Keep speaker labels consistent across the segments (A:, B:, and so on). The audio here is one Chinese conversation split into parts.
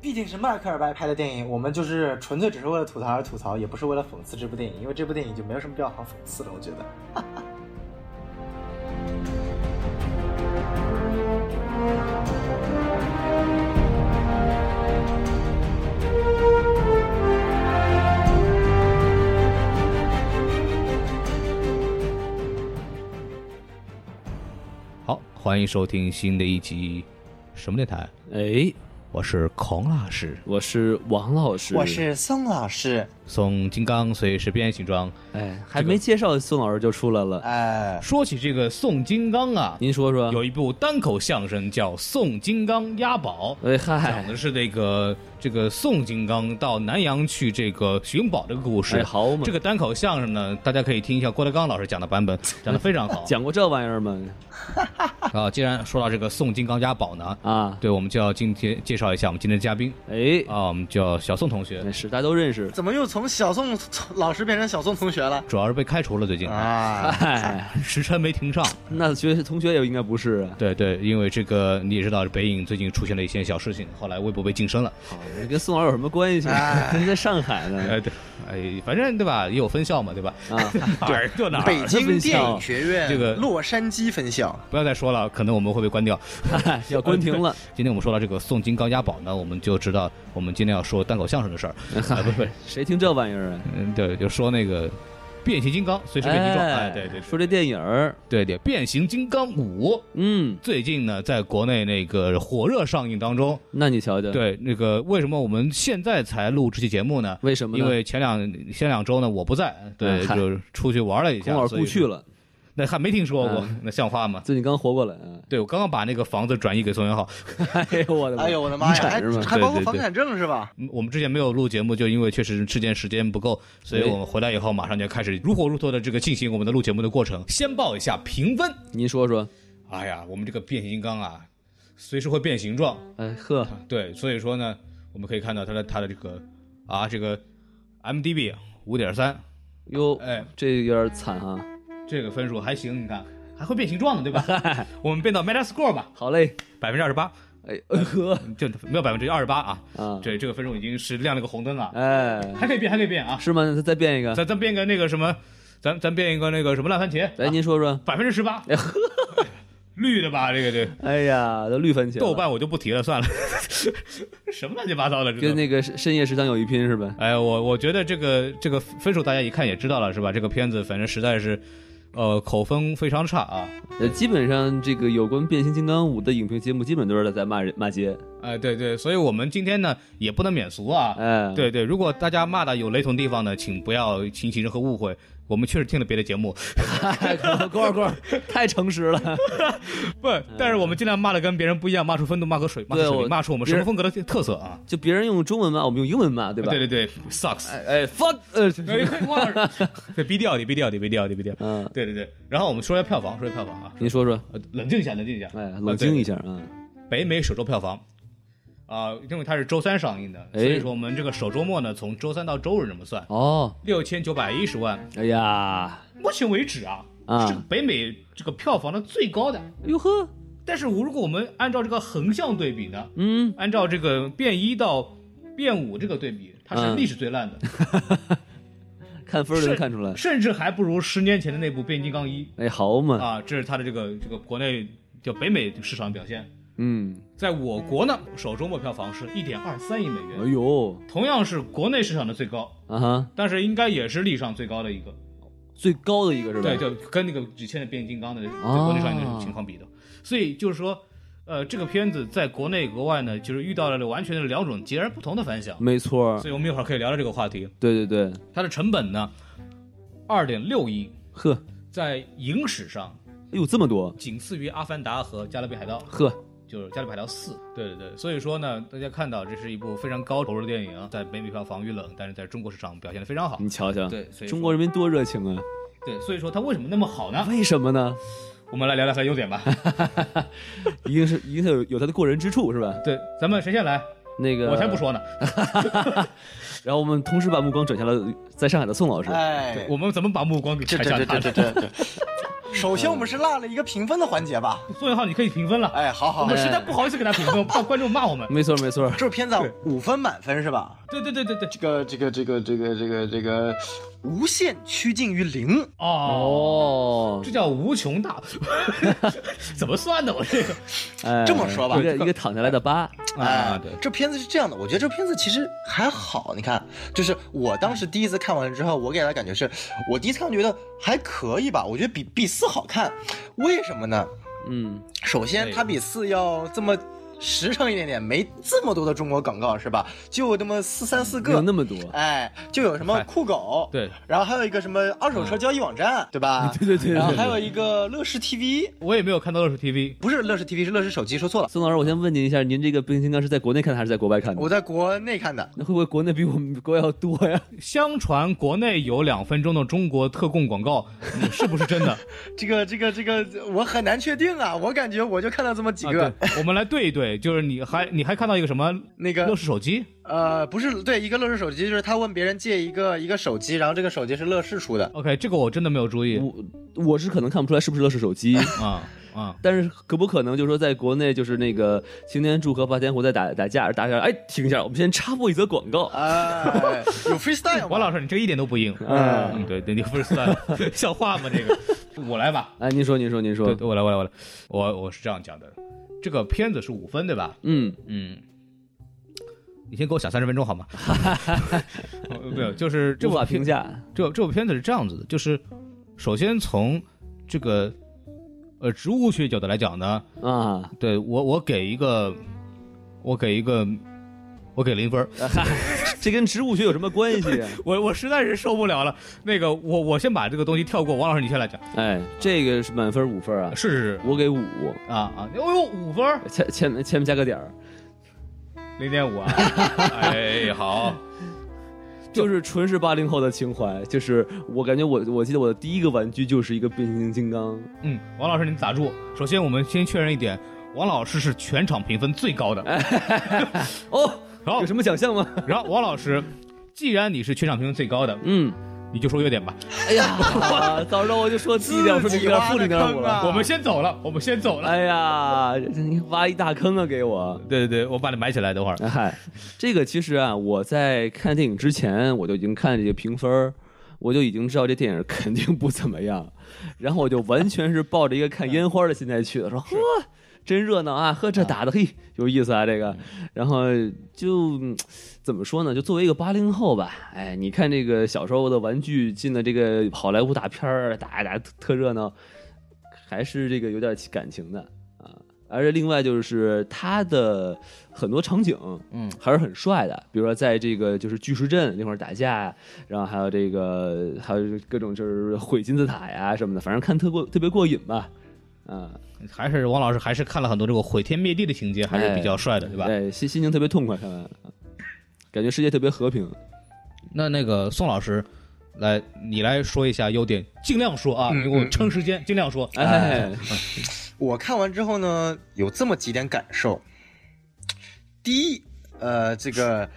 A: 毕竟是迈克尔·白拍的电影，我们就是纯粹只是为了吐槽而吐槽，也不是为了讽刺这部电影，因为这部电影就没有什么比较好讽刺了，我觉得。
B: 好，欢迎收听新的一集什么电台？
C: 哎，
B: 我是孔老师，
C: 我是王老师，
A: 我是宋老师，
B: 宋金刚随时变形装。
C: 哎，还没介绍宋老师就出来了，
A: 哎、
B: 说起这个宋金刚啊，
C: 您说说，
B: 有一部单口相声叫《宋金刚押宝》。
C: 哎
B: 讲
C: 嗨，
B: 的是这个这个宋金刚到南洋去这个寻宝这个故事。
C: 哎好嘛
B: 这个单口相声呢，大家可以听一下郭德纲老师讲的版 本，讲的非常好。
C: 讲过这玩意儿吗？
B: 啊，既然说到这个宋金刚押宝呢，
C: 啊，
B: 对，我们就要今天介绍一下我们今天的嘉宾
C: 哎，
B: 啊，我们叫小宋同学。
C: 那是大家都认识，
A: 怎么又从小宋老师变成小宋同学了？
B: 主要是被开除了，最近
A: 啊，
C: 哎，
B: 时辰没停上。
C: 那学同学也应该不是啊，
B: 对对，因为这个你也知道，北影最近出现了一些小事情，后来微博被禁声了。
C: 你跟宋老师有什么关系？人在上海呢，
B: 哎，对，哎，反正对吧，也有分校嘛，对吧？
C: 啊，
B: 哪儿就哪
A: 北
B: 儿，
A: 京电影学院
B: 这个
A: 洛杉矶分校，
B: 不要再说了，可能我们会被关掉。
C: 嗨哎要关停了，
B: 今天我们说到这个宋金刚押宝呢，我们就知道我们今天要说单口相声的 事儿。啊，不不，
C: 谁听这玩意儿啊？
B: 嗯，对，就说那个变形金刚，随时变形状。哎，对对
C: 说这电影儿，
B: 对对，变形金刚五
C: 嗯，
B: 最近呢，在国内那个火热上映当中。
C: 那你瞧瞧，，
B: 对，那个为什么我们现在才录这期节目呢？
C: 为什么呢？啊
B: 因为前两前两周呢，我不在，对，
C: 嗨
B: 就是出去玩了一下，
C: 孔老师
B: 所以
C: 故去了，
B: 那还没听说过，
C: 嗯
B: 那像话吗？
C: 最近刚活过来啊，
B: 对，我刚刚把那个房子转移给宋元浩。
C: 哎呦我的妈，
A: 哎呦我的妈呀，还
C: 遗产是吧
A: 还包括
B: 对对对
A: 房产证是吧？
B: 嗯我们之前没有录节目，就因为确实之前时间不够，所以
C: 对
B: 我们回来以后马上就开始如火如荼的这个进行我们的录节目的过程。先报一下评分，
C: 您说说，
B: 哎呀，我们这个变形金刚啊，随时会变形状，
C: 哎呵，
B: 对，所以说呢，我们可以看到它的它的这个啊这个 M D B 五点三，
C: 哟，
B: 哎，
C: 这有点惨啊，
B: 这个分数还行，你看还会变形状呢，对吧？我们变到 Metascore 吧，
C: 好嘞，
B: 百分之二十八，
C: 哎 呃呵。
B: 就没有百分之二十八啊。
C: 啊，
B: 对，这个分数已经是亮了个红灯了，
C: 哎，
B: 还可以变，还可以变啊。
C: 是吗？那再变一个，
B: 咱咱变个那个什么，咱咱变一个那个什么烂番茄，
C: 哎来，您说说。
B: 百分之十八，绿的吧？这个对，
C: 哎呀，都绿番茄了，
B: 豆瓣我就不提了，算了， 什么乱七八糟的，这
C: 跟
B: 都。
C: 那个深夜食堂有一拼是吧？
B: 哎，我我觉得这个这个分数大家一看也知道了，是吧？这个片子反正实在是，呃，口风非常差啊。
C: 呃，基本上这个有关变形金刚五的影评节目，基本都是在骂人骂街。
B: 哎，对对，所以我们今天呢也不能免俗啊。
C: 哎，，
B: 对对，如果大家骂的有雷同地方呢，请不要引起任何误会。我们确实听了别的节目，
C: 过儿过儿， 太诚实了。
B: 不，但是我们尽量骂的跟别人不一样，骂出风度，骂出水，骂出
C: 对
B: 水
C: 我
B: 平，骂出我们
C: 别
B: 什
C: 人
B: 么风格的特色啊。
C: 就别人用中文骂，我们用英文骂，对吧？
B: 对对对，sucks。
C: 哎哎，fuck，呃，
B: 对，低调点，低调点，低调点，低调。
C: 嗯，
B: 对对对，然后我们说一下票房，说一下票房啊，
C: 您说说，
B: 呃冷静一下，冷静一下，
C: 嗯哎，冷静一
B: 下。
C: 下啊。
B: 对北美首周票房，啊、因为它是周三上映的，
C: 哎
B: 所以说我们这个首周末呢，从周三到周日这么算，
C: 哦，
B: 六千九百一十万，
C: 哎呀，
B: 目前为止啊，
C: 啊
B: 是北美这个票房的最高的。
C: 哟呵，
B: 但是如果我们按照这个横向对比呢，
C: 嗯，
B: 按照这个变一到变五这个对比，它是
C: 嗯
B: 历史最烂的，
C: 看分儿就能看出来。
B: 甚至还不如十年前的那部《变形金刚一》。
C: 哎，好嘛，
B: 啊，这是它的这个这个国内叫北美市场表现。
C: 嗯，
B: 在我国呢，首周末票房是一点二三亿美
C: 哎
B: 元，
C: 呦，
B: 同样是国内市场的最高，
C: 啊哈，
B: 但是应该也是历史上最高的一个。
C: 最高的一个是吧？
B: 对，就跟那个之前的变形金刚的
C: 哦
B: 在国内上映的那种情况比的，所以就是说，呃，这个片子在国内国外呢，就是遇到了完全的两种截然不同的反响，
C: 没错儿，
B: 所以我们一会儿可以聊聊这个话题。
C: 对对对，
B: 它的成本呢，二点六亿，
C: 呵，哎
B: 在影史上
C: 呦这么多，
B: 仅次于《阿凡达》和《加勒比海盗》，
C: 呵，
B: 就是《加勒比海盗四》。对对对，所以说呢，大家看到这是一部非常高投入的电影，在北美票房遇冷，但是在中国市场表现的非常好。
C: 你瞧瞧，
B: 对，所以说
C: 中国人民多热情啊！
B: 对，所以说它为什么那么好呢？
C: 为什么呢？
B: 我们来聊聊它的优点吧。
C: 一定是一定有有他的过人之处是吧？
B: 对，咱们谁先来？
C: 那个
B: 我才不。说呢。
A: 呃
C: 然后我们同时把目光转向了在上海的宋老师。
A: 哎，
B: 我们怎么把目光给
A: 这
B: 转向
A: 这这
B: 他
A: 这
B: 的？
A: 这这这，首先我们是落了一个评分的环节吧？
B: 宋元浩，你可以评分了。
A: 哎，好好
B: 我
A: 好
B: 们，实在不好意思给他评分，怕观众骂我们。
C: 没错没错，
A: 这片子五分满分是吧？
B: 对对对对对。
A: 这个这个这个这个这个这个无限趋近于零，
B: 哦，
C: 哦
B: 这，叫无穷大， 怎么算的？我这个
C: 哎
A: 这么说吧
C: 一个一个躺下来的疤， 哎
B: 啊，对，
A: 这片子是这样的，我觉得这片子其实还好。你看，就是我当时第一次看完了之后，我给他的感觉是，我第一次看觉得还可以吧，我觉得比比四好看。为什么呢？
C: 嗯，
A: 首先
B: 对
A: 它比四要这么实诚一点点，没这么多的中国广告是吧？就那么四三四
C: 没有
A: 个，
C: 那么多，
A: 哎，就有什么
B: 嗨
A: 酷狗，
B: 对，嗯
A: 然后还有一个什么二手车交易网站，对吧？
C: 对对对
A: 然后
C: 对。
A: 还有一个乐视 TV，
B: 我也没有看到乐视 TV。
A: 不是乐视 TV，是乐视手机，说错了。
C: 宋老师，我先问您一下，您这个变形金刚是在国内看的还是在国外
B: 嗯
C: 看的
A: 我？在国内看的，
C: 那会不会国内比我们国外要多呀？
B: 相传国内有两分钟的中国特供广告， 嗯是不是真的？
A: 这个这个这个我很难确定啊，我感觉我就看到这么几
B: 啊，
A: 个，
B: 对， 我们来对一对，就是你还你还看到一个什么
A: 那
B: 乐
A: 个
B: 视手机？
A: 呃不是对一个乐视手机，就是他问别人借一个一个手机，然后这个手机是乐视出的，
B: OK，这个我真的没有注意
C: 我我是可能看不出来是不是乐视手机，
B: 啊啊！
C: 但是可不可能就是说在国内就是那个擎天柱和霸天虎在打打架打起来？哎，停一下，我们先插播一则广告。
A: 哎，有 freestyle
B: 王
A: 吗？
B: 老师，你这个一点都不硬。
C: 嗯，
B: 嗯，对对，你不是算 了像话吗？这个，我来吧。
C: 哎，您说您说您说
B: 对，，我来，我来，我来，我我是这样讲的，这个片子是五分，对吧？
C: 嗯，
B: 嗯，你先给我想三十分钟好 吗？呃没有，就是这
C: 无
B: 部
C: 法
B: 片
C: 评，价，
B: 这这部片子是这样子的，就是首先从这个呃植物学角度来讲呢，
C: 啊，
B: 对我我给一个，我给一个，我给零分儿，
C: 这跟植物学有什么关系啊？
B: 我我实在是受不了了。那个我我先把这个东西跳过，王老师你先来讲，
C: 哎，这个是满分五分啊，
B: 是是
C: 我给五，
B: 是啊啊，哦呦五分儿，
C: 前前前面加个点儿，
B: 零点五啊， 哎好。
C: 就是纯是八零后的情怀，就是我感觉我我记得我的第一个玩具就是一个变形金刚，
B: 嗯，王老师您打住。首先，我们先确认一点，王老师是全场评分最高的。
C: 哦，
B: 好
C: 有什么奖项吗？
B: 然后，王老师，既然你是全场评分最高的，
C: 嗯，
B: 你就说优点吧。
C: 哎呀， 早知道我就说低一点，我说零点负零点五了。
B: 我们先走了，我们先走了。
C: 哎呀，你挖一大坑啊，给我。
B: 对对对，我把你埋起来，等会儿。
C: 嗨， 这个其实啊，我在看电影之前，我就已经看这些评分儿，我就已经知道这电影肯定不怎么样，然后我就完全是抱着一个看烟花的心态去的， 说呵，真热闹啊，呵，这打的嘿有意思啊，这个，然后就嗯怎么说呢，就作为一个八零后吧，哎，你看这个小时候的玩具进了这个好莱坞大片儿，打一打特特热闹，还是这个有点感情的啊。而且另外就是它的很多场景，
B: 嗯，
C: 还是很帅的。比如说在这个就是巨石阵那块儿打架呀，然后还有这个还有各种就是毁金字塔呀什么的，反正看特过特别过瘾吧。啊，
B: 还是王老师还是看了很多这个毁天灭地的情节，还是比较帅的，对吧？
C: 哎，心心情特别痛快，看完，啊感觉世界特别和平。
B: 那那个宋老师，来你来说一下优点，尽量说啊，
A: 嗯
B: 你给我
A: 嗯
B: 撑时间，尽量说。
C: 哎，
A: 我看完之后呢，有这么几点感受。第一，呃，这个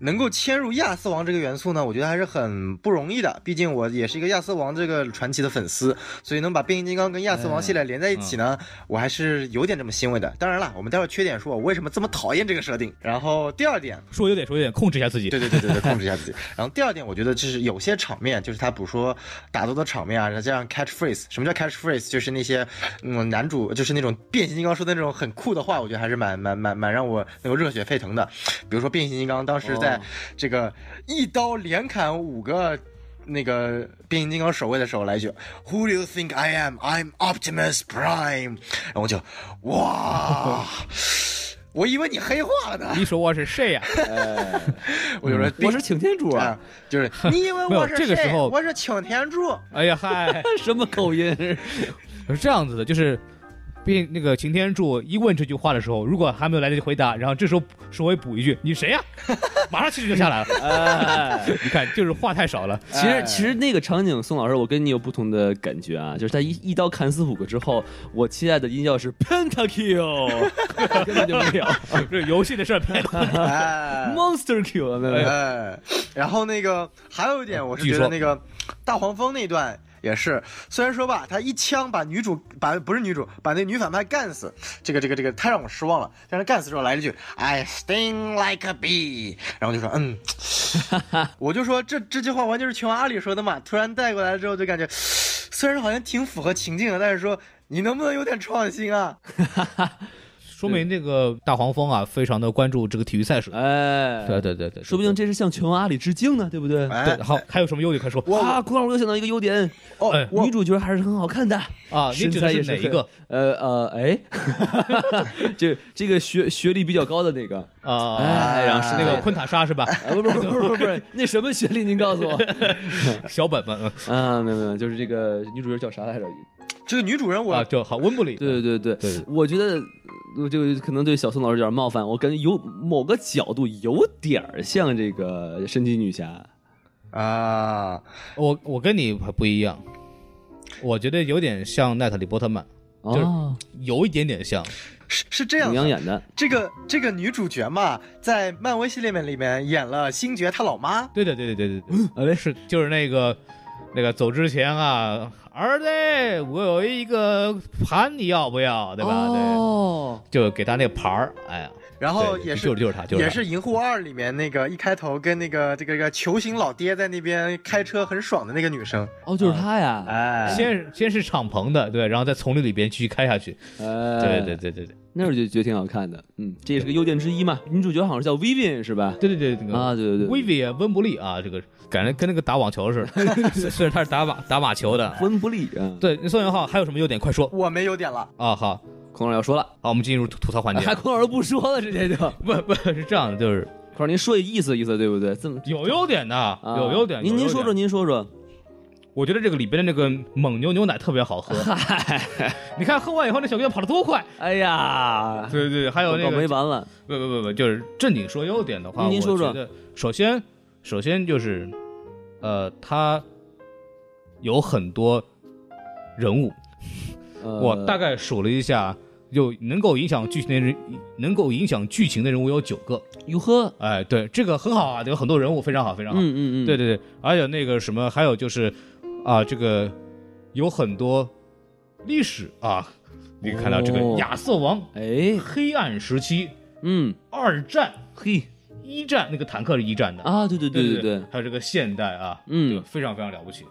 A: 能够迁入亚瑟王这个元素呢，我觉得还是很不容易的。毕竟我也是一个亚瑟王这个传奇的粉丝，所以能把变形金刚跟亚瑟王系列连在一起呢，我还是有点这么欣慰的。当然了，我们待会儿缺点说我为什么这么讨厌这个设定。然后第二点，
B: 说优点，说优点，控制一下自己。
A: 对对对对对，控制一下自己。然后第二点，我觉得就是有些场面，就是他比如说打斗的场面啊，然后加上 catchphrase，什么叫 catchphrase？就是那些嗯男主就是那种变形金刚说的那种很酷的话，我觉得还是蛮蛮蛮蛮让我能够热血沸腾的。比如说变形金刚当时在
C: 哦
A: 这个一刀连砍五个。那个变形金刚守卫的时候来一句 “Who do you think I am? I'm Optimus Prime。”然后我就哇， 我以为你黑化了呢，
B: 你说我是谁呀、
C: 哎，
A: 我就说
C: 我是擎天柱
A: 啊
C: 啊！，
A: 就是你以 为
B: 没有
A: 我是
B: 这个时
A: 谁
B: 候
A: 我是擎天 柱，
B: 哎呀嗨，
C: 什么口音？
B: 是这样子的，就是。并那个擎天柱一问这句话的时候，如果还没有来得及回答，然后这时候守卫补一句：“你 谁呀、马上气势就下来了。
C: 哎，
B: 你看，就是话太少了。
C: 其实
A: 哎
C: 其实那个场景，宋老师，我跟你有不同的感觉啊，就是在一一刀砍死五个之后，我期待的音效是 Pentakill，根 本就 没有
B: 这游戏的事儿 别了，
A: 哎
C: Monster Kill，没有没有。
A: 哎，然后那个还有一点，我是觉
B: 呃据说
A: 得那个大黄蜂那段也是，虽然说吧，他一枪把女主把不是女主把那女反派干死，这个这个这个太让我失望了。但是干死之后来了一句 “I sting like a bee”，然后就说 嗯，我就说这这句话完全是琼阿里说的嘛，突然带过来之后就感觉， 虽然好像挺符合情境的，但是说你能不能有点创新啊？
B: 说明那个大黄蜂啊，非常的关注这个体育赛事。
C: 哎，
B: 对对对对，
C: 说不定这是向拳王阿里致敬呢，对不对？
A: 哎
B: 对，好，还有什么优点可以说
A: 我
C: 啊，郭老师，我又想到一个优点，
A: 哦
B: 哎，
A: 我
C: 女主角还是很好看的。
B: 啊？你
C: 身
B: 指
C: 材
B: 的
C: 也
B: 是
C: 是
B: 哪一
C: 很
B: 个？
C: 呃呃，哎， 这这个学学历比较高的那个，
B: 啊？
C: 哎，然后是
B: 是那
C: 那
B: 个
C: 个。
B: 昆塔莎是吧？
C: 哎不不不不不不，那什么学历？您告诉我。
B: 小本本嗯
C: 啊，没有没有，就是这个女主角叫啥来着？
A: 这个女主人我
B: 啊，就好温布里。
C: 对对对
B: 对对
C: 我觉得我就可能对小宋老师有点冒犯，我感觉有某个角度有点儿像这个神奇女侠。
A: 啊，
B: 我我跟你还不一样，我觉得有点像奈特里波特曼，就是
C: 哦，
B: 有一点点像。
A: 是是这样
C: 羚
A: 的
C: 羊。演的，
A: 这个这个女主角嘛，在漫威系列里面演了星爵他老妈，
B: 对的，对对对对
C: 哎
B: 对，是就是那个那个走之前啊，儿子，我有一个盘，你要不要？对吧？对，
C: 哦，
B: 就给他那个牌儿，哎呀，
A: 然后
B: 对
A: 也
B: 就是是就是他，就是
A: 也
B: 他
A: 是《银护二》里面那个一开头跟那个这个这个球形老爹在那边开车很爽的那个女生，
C: 哦，就是她呀。
A: 哎，
B: 先先是敞篷的，对，然后在丛林里边继续开下去。
C: 哎，
B: 对对，对对对
C: 那时候就觉得挺好看的。嗯，这也是个优点之一嘛。女主角好像是叫 Vivian 是吧？
B: 对对对，这个
C: 啊，对对对，
B: 威威啊，温布利啊，这个感觉跟那个打网球似的，虽虽然他是打马打马球的。
C: 温布利啊。
B: 对，宋元浩还有什么优点？快说
A: 我没有点了，
B: 啊！好，
C: 孔老师要说了，
B: 好，我们进入吐吐槽环节
C: 还。孔老师不说了，直接就。啊孔
B: 不不是这样的，就是
C: 老师您说意思意思，对不对？这么
B: 有优点的，
C: 啊
B: 有优点。
C: 您
B: 有
C: 您
B: 优
C: 说
B: 点
C: 说，您说说。
B: 我觉得这个里边的那个蒙牛牛奶特别好喝。你看喝完以后，那小姑娘跑得多快。
C: 哎呀，
B: 对对，对还有
C: 广
B: 那
C: 告没
B: 个，
C: 完了。
B: 不不不不，就是正经说优点的话，
C: 您说说
B: 我觉得首先，首先就是，呃，他有很多人物，
C: 呃
B: 我大概数了一下，有能够影响剧情的人，能够影响剧情的人物有九个。
C: 哟呵，
B: 哎，对，这个很好啊，有很多人物，非常好，非常好。
C: 嗯嗯嗯，
B: 对对对，还有那个什么，还有就是啊，这个有很多历史啊，你看到这个
C: 哦
B: 亚瑟王、
C: 哎，
B: 黑暗时期、
C: 嗯，
B: 二战、
C: 嘿
B: 一战，那个坦克是一战的，
C: 啊，对对
B: 对
C: 对
B: 对
C: 对，，
B: 还有这个现代啊，对
C: 嗯，
B: 非常非常了不起。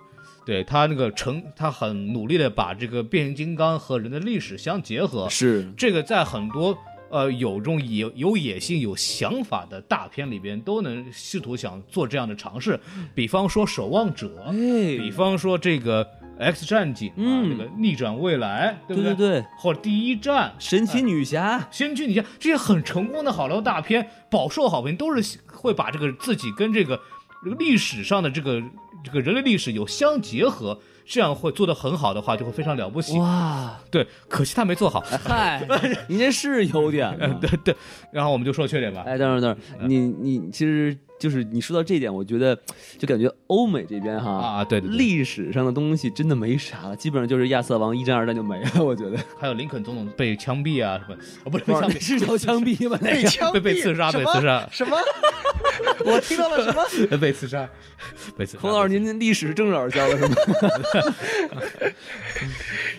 B: 对他那个成，他很努力的把这个变形金刚和人的历史相结合，
C: 是，
B: 这个在很多呃有这种野有野心、有想法的大片里边都能试图想做这样的尝试，比方说《守望者》
C: 哎，
B: 比方说这个 X 战警啊，
C: 嗯
B: 这个逆转未来，对
C: 对哎
B: 不
C: 对
B: 对
C: 对，
B: 或者第一战、
C: 神奇女侠，
B: 先驱，你像这些很成功的好莱坞大片，饱受好评，都是会把这个自己跟这个这个历史上的这个这个人类历史有相结合，这样会做得很好的话，就会非常了不起。
C: 哇，
B: 对，可惜他没做好。
C: 嗨， 你这是有点呢，
B: 对对，然后我们就说缺点吧。
C: 哎，等会儿等会
B: 嗯
C: 儿，你你其实就是你说到这一点，我觉得就感觉欧美这边哈。
B: 啊，对对对，
C: 历史上的东西真的没啥了，基本上就是亚瑟王一战、二战就没了。我觉得
B: 还有林肯总统被枪毙啊什么，啊不是被枪
C: 那
B: 毙，
C: 是叫枪毙吧？那
A: 被
C: 个
A: 枪
B: 被
A: 毙
B: 被刺杀
A: 什
B: 被
A: 么
B: 刺杀
A: 什么？ 我听到了什么？
B: 被刺杀，被刺杀。
C: 孔 老师，您的历史正老师教的是吗？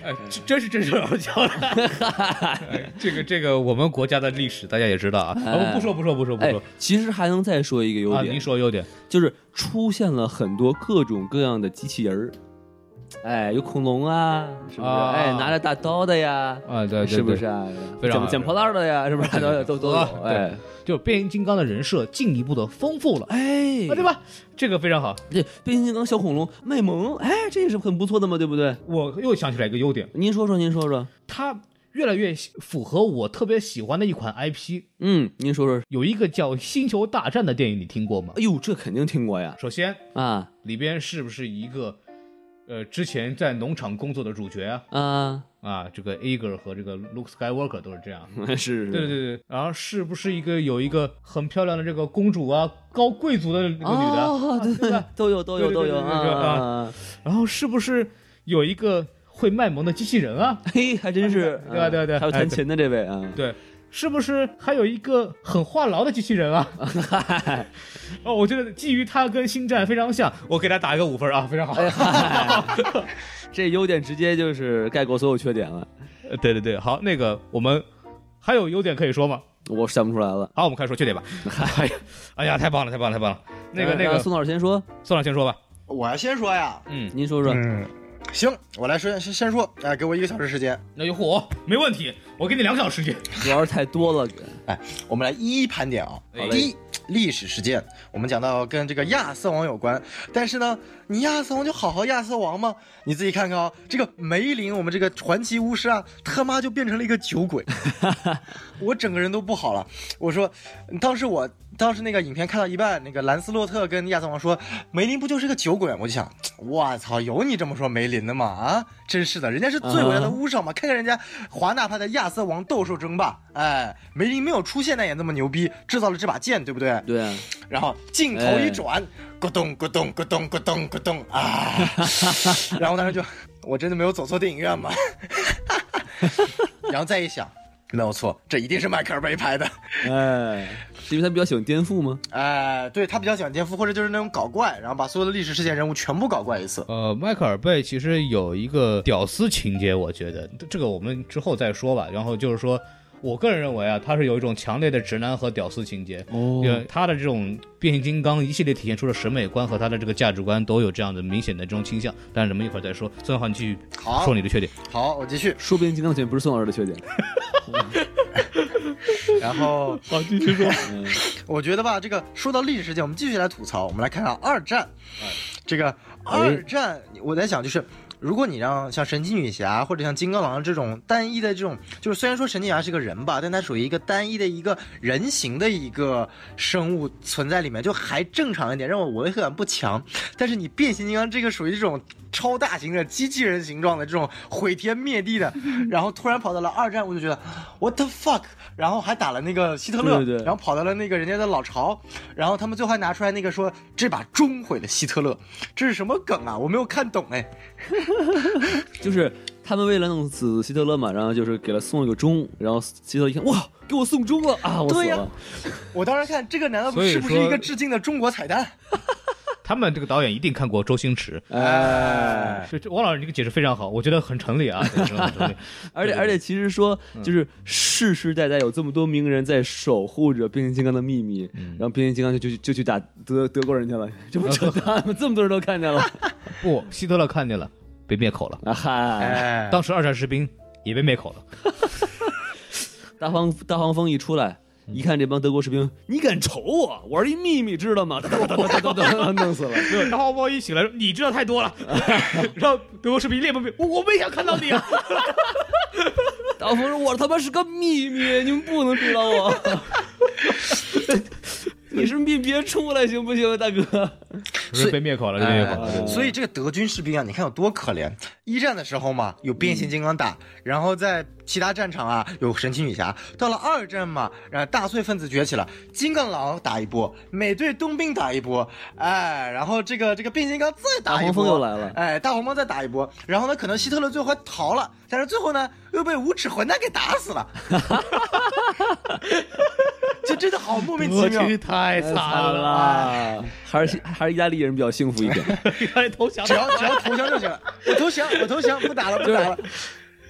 B: 哎，这真是真是老教了。哎这个这个，我们国家的历史大家也知道啊。啊不不说不说不说不
C: 哎
B: 说，
C: 其实还能再说一个优
B: 啊，
C: 哎点
B: 您，说优点
C: 就是出现了很多各种各样的机器人儿，哎，有恐龙啊，是不是？
B: 啊
C: 哎，拿着大刀的呀，
B: 啊，对对对，
C: 是不是？啊？
B: 非常好
C: 捡捡破烂的呀，是不是？都有都都有
B: 啊，对
C: 哎，
B: 就变形金刚的人设进一步的丰富了，
C: 哎
B: 啊，对？吧？这个非常好。
C: 这变形金刚小恐龙卖萌，哎，这也是很不错的嘛，对不对？
B: 我又想起来一个优点，
C: 您说说，您说说，
B: 它越来越符合我特别喜欢的一款 IP。
C: 嗯，您说说，
B: 有一个叫《星球大战》的电影，你听过吗？
C: 哎呦，这肯定听过呀，
B: 首先，
C: 啊
B: 里边是不是一个，呃，之前在农场工作的主角啊？
C: 啊，
B: 啊，这个 Ager 和这个 Luke Skywalker 都是这样。
C: 是是，
B: 对对对对，然后是不是一个有一个很漂亮的这个公主啊，高贵族的那个女的，
C: 哦，
B: 啊
C: 对
B: 对吧？
C: 都有都有
B: 对对
C: 都
B: 对
C: 有
B: 对对对
C: 啊，
B: 然后是不是有一个会卖萌的机器人啊？
C: 嘿，还真是，
B: 对吧对吧对吧
C: 还有
B: 哎对
C: 弹琴的这位啊，
B: 对，是不是还有一个很话痨的机器人 啊？哦，我觉得基于它跟星战非常像，我给它打一个五分啊，非常好。
C: 这优点直接就是概括所有缺点了，
B: 呃 对对对，好，那个我们还有优点可以说吗？
C: 我想不出来了。
B: 好，我们开始说缺点 吧。哎呀，哎呀，太棒了，太棒了，太棒了。那个
C: 让
B: 那
C: 让
B: 个，
C: 哎宋老师先说，
B: 宋老师先说吧。
A: 我要先说呀，
B: 嗯，
C: 您说说，
A: 嗯，行，我来说先先说，哎、给我一个小时时间，
B: 那就嚯，没问题，我给你两个小时时间。
C: 主要是太多了，
A: 我们来一一盘点啊
B: 哎。
A: 第一，历史事件，我们讲到跟这个亚瑟王有关，但是呢，你亚瑟王就好好亚瑟王吗？你自己看看啊，这个梅林，我们这个传奇巫师啊，他妈就变成了一个酒鬼，我整个人都不好了。我说，当时我当时那个影片看到一半，那个兰斯洛特跟亚瑟王说，梅林不就是个酒鬼吗？我就想，我操，有你这么说梅林的吗？啊，真是的，人家是最伟大的巫师好吗？看看人家华纳派的亚瑟王斗兽争霸，哎，梅林没有出现但也那么牛逼，制造了这把剑，对不对？
C: 对啊，
A: 然后镜头一转，咕咚咕咚咕咚咕咚咕咚啊！ 然后当时就，我真的没有走错电影院吗？ 然后再一想，没有错，这一定是迈克尔贝拍的。
C: 哎，是因为他比较喜欢颠覆吗？
A: 哎，对他比较喜欢颠覆，或者就是那种搞怪，然后把所有的历史事件人物全部搞怪一次。
B: 呃，迈克尔贝其实有一个屌丝情节，我觉得这个我们之后再说吧。然后就是说，我个人认为啊，他是有一种强烈的直男和屌丝情节。
C: 哦
B: 因为嗯他的这种变形金刚一系列体现出的审美观和他的这个价值观都有这样的明显的这种倾向，但是咱们一会儿再说。孙浩，你继续
A: 好
B: 说你的缺点。
A: 好，我继续。
C: 说变形金刚的缺点不是宋老师的缺点，
A: 然后
B: 好，哦继续 说。
A: 我觉得吧，这个说到历史事件，我们继续来吐槽。我们来看看二战，这个二战，我在想就是。如果你让像神奇女侠或者像金刚狼这种单一的这种，就是虽然说神奇女侠是个人吧，但它属于一个单一的一个人形的一个生物存在里面，就还正常一点，让我违和感不强。但是你变形金刚这个属于这种超大型的机器人形状的这种毁天灭地的，然后突然跑到了二战，我就觉得 what the fuck，然后还打了那个希特勒，
C: 对对对
A: 然后跑到了那个人家的老巢，然后他们最后还拿出来那个说这把钟毁了希特勒，这是什么梗啊？我没有看懂哎。
C: 就是他们为了弄死希特勒嘛，然后就是给了送一个钟，然后希特勒一看，哇，给我送钟了啊，我死
A: 对呀
C: 了，
A: 我当时看这个，难道不
B: 所以
A: 是不是
B: 说
A: 一个致敬的中国彩蛋？
B: 他们这个导演一定看过周星驰。
C: 哎。
B: 这这王老师这个解释非常好，我觉得很成立啊，对真的很 成立。
C: 而且而且，其实说就是世世代代有这么多名人在守护着变形金刚的秘密，然后变形金刚就就就去打德德国人去了，这不扯淡吗？这么多人都看见了
B: 不，希特勒看见了，被灭口了。
C: 啊！嗨，
A: 哎，
B: 当时二战士兵也被灭口 了。
C: 大黄大黄蜂一出来。一看这帮德国士兵，你敢瞅我？我是一秘密，知道吗？ 哒哒哒哒哒哒哒弄死了。
B: 没有，大黄蜂一醒来说：“你知道太多了。”然后德国士兵脸不变，我我没想看到你啊。
C: 大黄蜂说：“我他妈是个秘密，你们不能知道我。 你是别别出来行不行，大哥？
B: 是被灭口了，被灭口了。
A: 哎所以这个德军士兵啊，你看有多可怜。一战的时候嘛，有变形金刚
C: 嗯
A: 打，然后在其他战场啊有神奇女侠。到了二战嘛，然后大碎分子崛起了，金刚狼打一波，美队冬兵打一波，哎，然后这个这个变形金刚再打一波，
C: 大黄蜂又来了
A: 哎，大黄蜂再打一波，然后呢，可能希特勒最后还逃了，但是最后呢又被无耻混蛋给打死了。 就真的好莫名其
B: 德
A: 妙，
B: 军太哎惨了，
C: 了，还是还是意大利人比较幸福一点。
B: 看来投降
A: 只要只要投降就行了，我投降，我投降，不打了，不打了。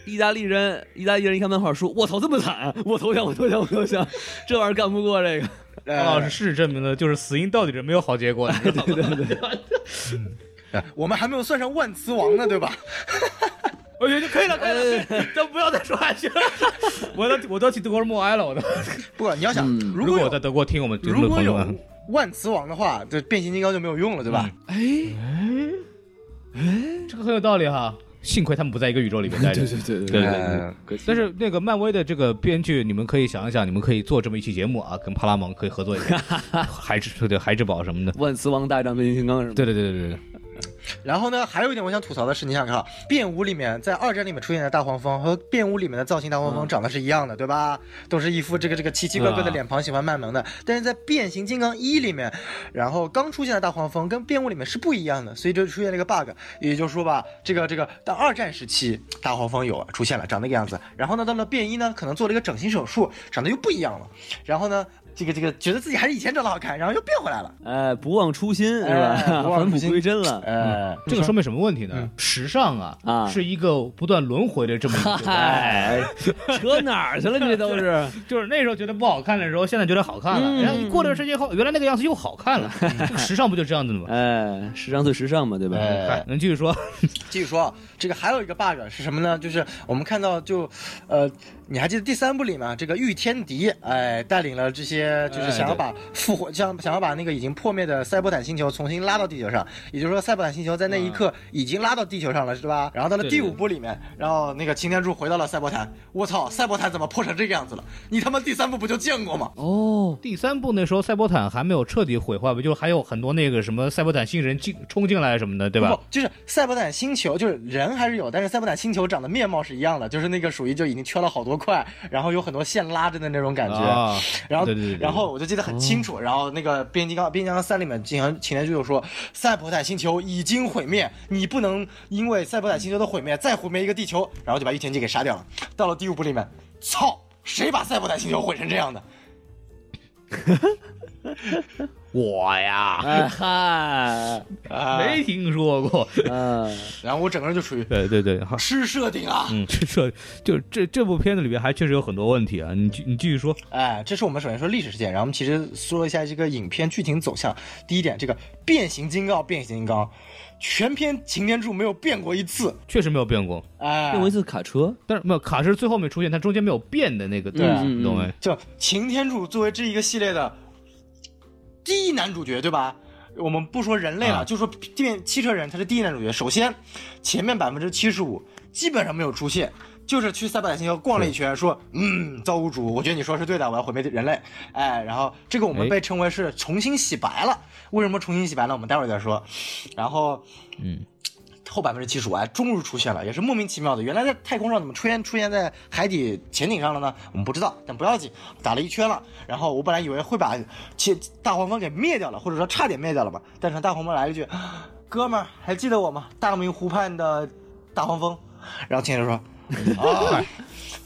C: 意大利人，意大利人一看漫画书，我操，这么惨，啊我投降，我投降，我投降，这玩意儿干不过这个。
A: 呃
B: 哦王老师事实证明了，就是死因到底是没有好结果，你知道吗？
A: 哎呃我们还没有算上万磁王呢，对吧？
B: 我觉得可以了，可以
A: 哎
B: 了， 都不要再说下去了。我都我都替德国人默哀了，我都。
A: 不管你要想，
C: 嗯
B: 如
A: 如果
B: 果
A: 有
B: 我在德国听我们节目
A: 如
B: 的
A: 果
B: 朋友啊嗯
A: 有
B: 们，
A: 万磁王的话，这变形金刚就没有用了，对吧？
C: 哎，
B: 这个很有道理哈。幸亏他们不在一个宇宙里面 待着。
C: 对对
B: 对
A: 呃，
C: 可惜
B: 但是那个漫威的这个编剧，你们可以想一想，你们可以做这么一期节目啊，跟帕拉蒙可以合作一 下，孩之对对孩之宝什么的。
C: 万磁王大战变形金刚是吧？
B: 对对对对对，
A: 然后呢，还有一点我想吐槽的是，你想看啊，变五里面在二战里面出现的大黄蜂和变五里面的造型大黄蜂长得是一样的，对吧？都是一副这个这个奇奇怪怪的
B: 啊
A: 脸庞，喜欢卖萌的。但是在变形金刚一里面，然后刚出现的大黄蜂跟变五里面是不一样的，所以就出现了一个 bug。也就是说吧，这个这个到二战时期大黄蜂有出现了，长那个样子。然后呢，到了变一呢，可能做了一个整形手术，长得又不一样了。然后呢，这个这个觉得自己还是以前长得好看，然后又变回来了。
C: 哎，不忘初心是
A: 哎
C: 吧？
A: 不忘
C: 返
A: 初
C: 璞
A: 心
C: 归真了。
A: 呃，
B: 这个说明什么问题
A: 嗯
B: 呢？时尚啊，
C: 啊
B: 是一个不断轮回的这 么一个，
C: 嗨，哎扯哪儿去了？你这都是
B: 就是那时候觉得不好看的时候，现在觉得好看
A: 嗯
B: 了，然后过段时间后，原来那个样子又好看 了，这个时尚不就这样子的吗？
C: 哎，时尚最时尚嘛，对吧？
A: 哎
B: 能继续说？
A: 继续说，啊，这个还有一个 bug 是什么呢？就是我们看到就，呃，你还记得第三部里吗？这个御天敌，哎，带领了这些就是想要把复活，想想要把那个已经破灭的赛博坦星球重新拉到地球上，也就是说赛博坦星球在那一刻已经拉到地球上了，是吧？然后到了
B: 嗯对
A: 第
B: 对
A: 五部里面，然后那个擎天柱回到了赛博坦，我操，赛博坦怎么破成这个样子了？你他妈第三部不就见过吗？
C: 哦，
B: 第三部那时候赛博坦还没有彻底毁坏吧，就是还有很多那个什么赛博坦新人进冲进来什么的，对吧
A: 不？，就是赛博坦星球，就是人还是有，但是赛博坦星球长的面貌是一样的，就是那个属于就已经缺了好多块，然后有很多线拉着的那种感觉。
B: 啊，
A: 然后，
B: 对对对对哦
A: 然后我就记得很清楚。然后那个变形金刚，变形金刚三里面，经常擎天柱就说：“赛博坦星球已经毁灭，你不能因为赛博坦星球的毁灭再毁灭一个地球。”然后就把御天机给杀掉了。到了第五部里面，操，谁把赛博坦星球毁成这样的？
B: 我 呀，
C: 哎嗨，
A: 啊、
B: 没听说过。
C: 嗯，
A: 然后我整个人就处于
B: 对对对，好，
A: 吃设定啊。
B: 嗯， 这这就这这部片子里边还确实有很多问题啊，你继你继续说。
A: 哎，这是我们首先说历史事件，然后我们其实说了一下这个影片剧情走向。第一点，这个变形金刚，变形金刚，全篇擎天柱没有变过一次。
B: 确实没有变过，
A: 哎，
C: 用一次卡车，
B: 但是没有卡是最后面出现，它中间没有变的那个东西，
A: 嗯
C: 嗯
B: 你懂没？
A: 就擎天柱作为这一个系列的第一男主角，对吧？我们不说人类了，
B: 啊
A: 就说电汽车人，他是第一男主角。首先，前面百分之七十五基本上没有出现，就是去赛博坦星球逛了一圈，说嗯，造物主，我觉得你说的是对的，我要毁灭人类。哎，然后这个我们
B: 哎
A: 被称为是重新洗白了。为什么重新洗白呢？我们待会儿再说。然后，
B: 嗯。
A: 后百分之七十五哎，终于出现了，也是莫名其妙的。原来在太空上怎么出现出现在海底潜艇上了呢？我们不知道，但不要紧，打了一圈了。然后我本来以为会把其大黄蜂给灭掉了，或者说差点灭掉了吧。但是大黄蜂来了一句：“哥们儿，还记得我吗？大明湖畔的大黄蜂。”然后潜艇说：“啊，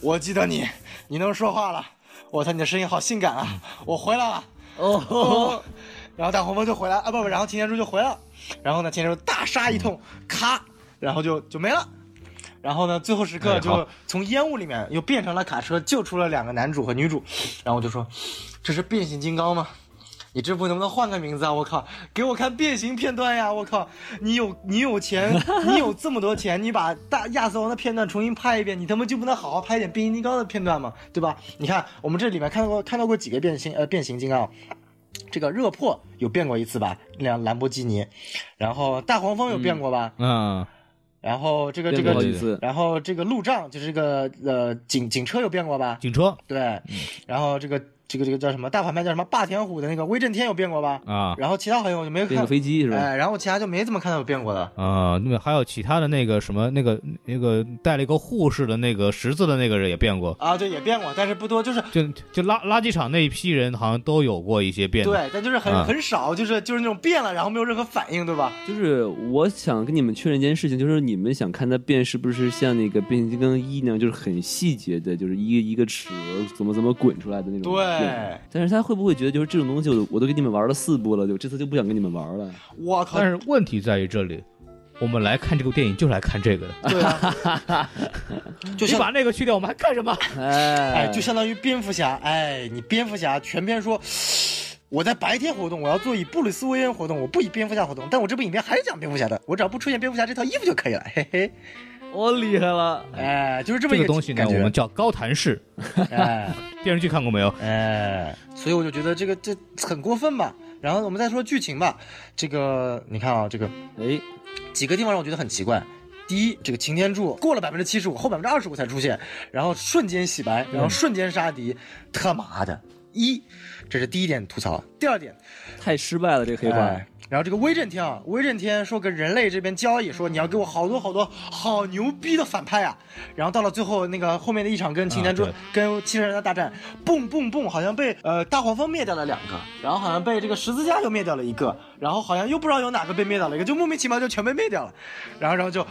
A: 我记得你，你能说话了。我操，你的声音好性感啊！
B: 嗯
A: 我回来了。”
C: 哦，
A: 然后大黄蜂就回来啊，不不，然后擎天柱就回来了，然后呢，擎天柱大杀一通，咔，然后就就没了。然后呢，最后时刻
B: 哎好
A: 就从烟雾里面又变成了卡车，救出了两个男主和女主。然后我就说，这是变形金刚吗？你这部能不能换个名字啊？我靠，给我看变形片段呀！我靠，你有你有钱，你有这么多钱，你把大亚瑟王的片段重新拍一遍，你他妈就不能好好拍一点变形金刚的片段吗？对吧？你看我们这里面看过看到过几个变形呃变形金刚啊，这个热破有变过一次吧，那辆兰博基尼，然后大黄蜂有变过吧，
B: 嗯，
A: 然后这个这
C: 变过好
A: 个
C: 几次，
A: 然后这个路障就是这个呃警警车有变过吧，
B: 警车
C: 嗯
A: 对，然后这个这个这个叫什么大反派叫什么霸天虎的那个威震天有变过吧，
B: 啊
A: 然后其他好像我就没有
C: 变
A: 看
C: 个，飞机是吧？
A: 哎，然后其他就没怎么看到有变过的，
B: 啊，那么还有其他的那个什么那个那个带了一个护士的那个十字的那个人也变过，
A: 啊，对，也变过，但是不多，就是
B: 就就垃垃圾场那一批人好像都有过一些变的。
A: 对，但就是很、
C: 啊
B: 嗯
A: 很少，就是就是那种变了然后没有任何反应，对吧？
C: 就是我想跟你们确认一件事情，就是你们想看它变是不是像那个变形金刚一那样，就是很细节的，就是一个一个齿轮怎么怎么滚出来的那种。
A: 对，
C: 但是他会不会觉得就是这种东西我都我都给你们玩了四部了，就这次就不想跟你们玩了？
A: 我靠
B: 但，是问题在于这里，我们来看这部电影就是来看这个的。
A: 对啊，
B: 你
A: 就像
B: 把那个去掉，我们 还看什么？
C: 哎
A: 哎，就相当于蝙蝠侠，哎，你蝙蝠侠全篇说，我在白天活动，我要做以布鲁斯·韦恩活动，我不以蝙蝠侠活动，但我这部影片还是讲蝙蝠侠的，我只要不出现蝙蝠侠这套衣服就可以了， 嘿嘿。
C: 我厉害了，
A: 哎、就是这么
B: 这
A: 一
B: 个东西呢，
A: 感
B: 我
A: 觉。
B: 们叫高谭市。
A: 哎
B: 电视剧看过没有？
A: 哎，所以我就觉得这个这很过分吧。然后我们再说剧情吧，这个你看啊，这个
C: 哎，
A: 几个地方让我觉得很奇怪。第一，这个擎天柱过了百分之七十五，后百分之二十五才出现，然后瞬间洗白，然后瞬间杀敌，他妈的！一，这是第一点吐槽。第二点，
C: 太失败了，这个黑化。
A: 哎然后这个威震天啊，威震天说跟人类这边交易，说你要给我好多好多好牛逼的反派啊。然后到了最后那个后面的一场跟擎天柱、
B: 啊对
A: 跟七人大大战，蹦蹦蹦，好像被呃大黄蜂灭掉了两个，然后好像被这个十字架又灭掉了一个，然后好像又不知道有哪个被灭掉了一个，就莫名其妙就全被灭掉了。然后然后就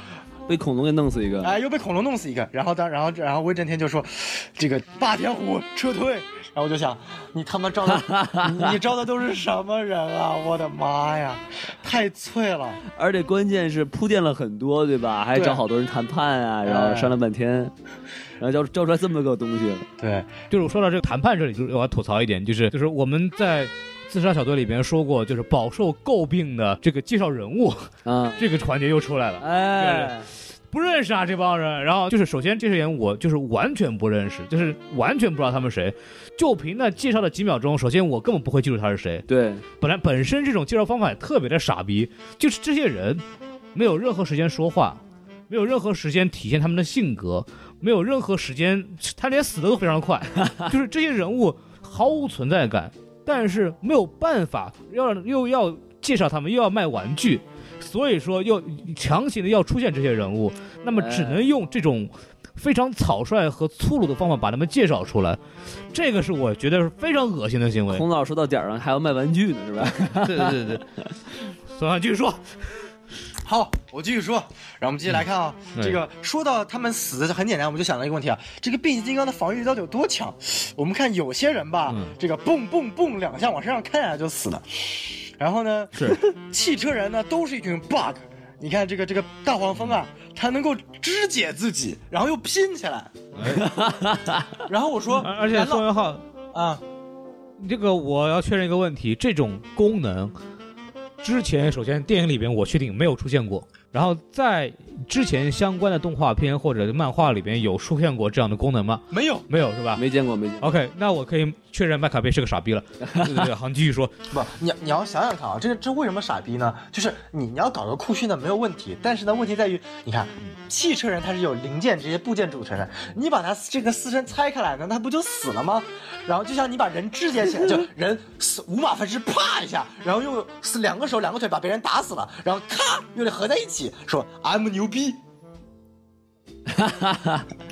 C: 被恐龙给弄死一个。
A: 哎，又被恐龙弄死一个。然后当然后然后威震天就说，这个霸天虎撤退。然后我就想，你他妈招的 你你招的都是什么人啊？我的妈呀，太脆了。
C: 而且关键是铺垫了很多，对吧？还
A: 对
C: 找好多人谈判
B: 哎
C: 啊，然后商量半天，然后交交出来这么个东西。
A: 对，
B: 就是我说到这个谈判这里，就是我要吐槽一点，就是就是我们在自杀小队里边说过，就是饱受诟病的这个介绍人物
C: 啊，
B: 这个环节又出来了。
C: 哎，
B: 不认识啊这帮人。然后就是首先这些人我就是完全不认识，就是完全不知道他们谁。就凭那介绍的几秒钟，首先我根本不会记住他是谁。
C: 对，
B: 本来本身这种介绍方法也特别的傻逼，就是这些人没有任何时间说话，没有任何时间体现他们的性格，没有任何时间，他连死的都非常快，就是这些人物毫无存在感，但是没有办法，要又要介绍他们，又要卖玩具，所以说又强行的要出现这些人物，那么只能用这种。非常草率和粗鲁的方法把他们介绍出来，这个是我觉得是非常恶心的行为。
C: 孔老师说到点儿上还要卖玩具呢，是吧？
B: 对对对对，所以继续说，
A: 好，我继续说。然后我们继续来看啊，
B: 嗯
A: 这个说到他们死很简单，我们就想到一个问题啊，这个变形金刚的防御力到底有多强？我们看有些人吧，
B: 嗯
A: 这个蹦蹦蹦两下往身上开下来就死了，然 后呢，
B: 是
A: 汽车人呢都是一群 bug。你看这个这个大黄蜂啊，它能够肢解自己，然后又拼起来。
C: 哎
A: 然后我说，
B: 而而且
A: 难道
B: 宋元浩，
A: 啊，
B: 这个我要确认一个问题，这种功能之前首先电影里边我确定没有出现过，然后在之前相关的动画片或者漫画里边有出现过这样的功能吗？
A: 没有，
B: 没有是吧？
C: 没见过，没见过。
B: OK，那我可以确认麦卡贝是个傻 逼了。对对对，好，你继续说。
A: 不，你你要想想看啊，这这为什么傻逼呢？就是你你要搞个酷炫的没有问题，但是呢，问题在于，你看，汽车人他是有零件这些部件组成的，你把它这个四身拆开来呢，他不就死了吗？然后就像你把人肢解起来，就人死五马分尸，啪一下，然后用死两个手两个腿把别人打死了，然后咔又得合在一起，说 I'm 牛 逼。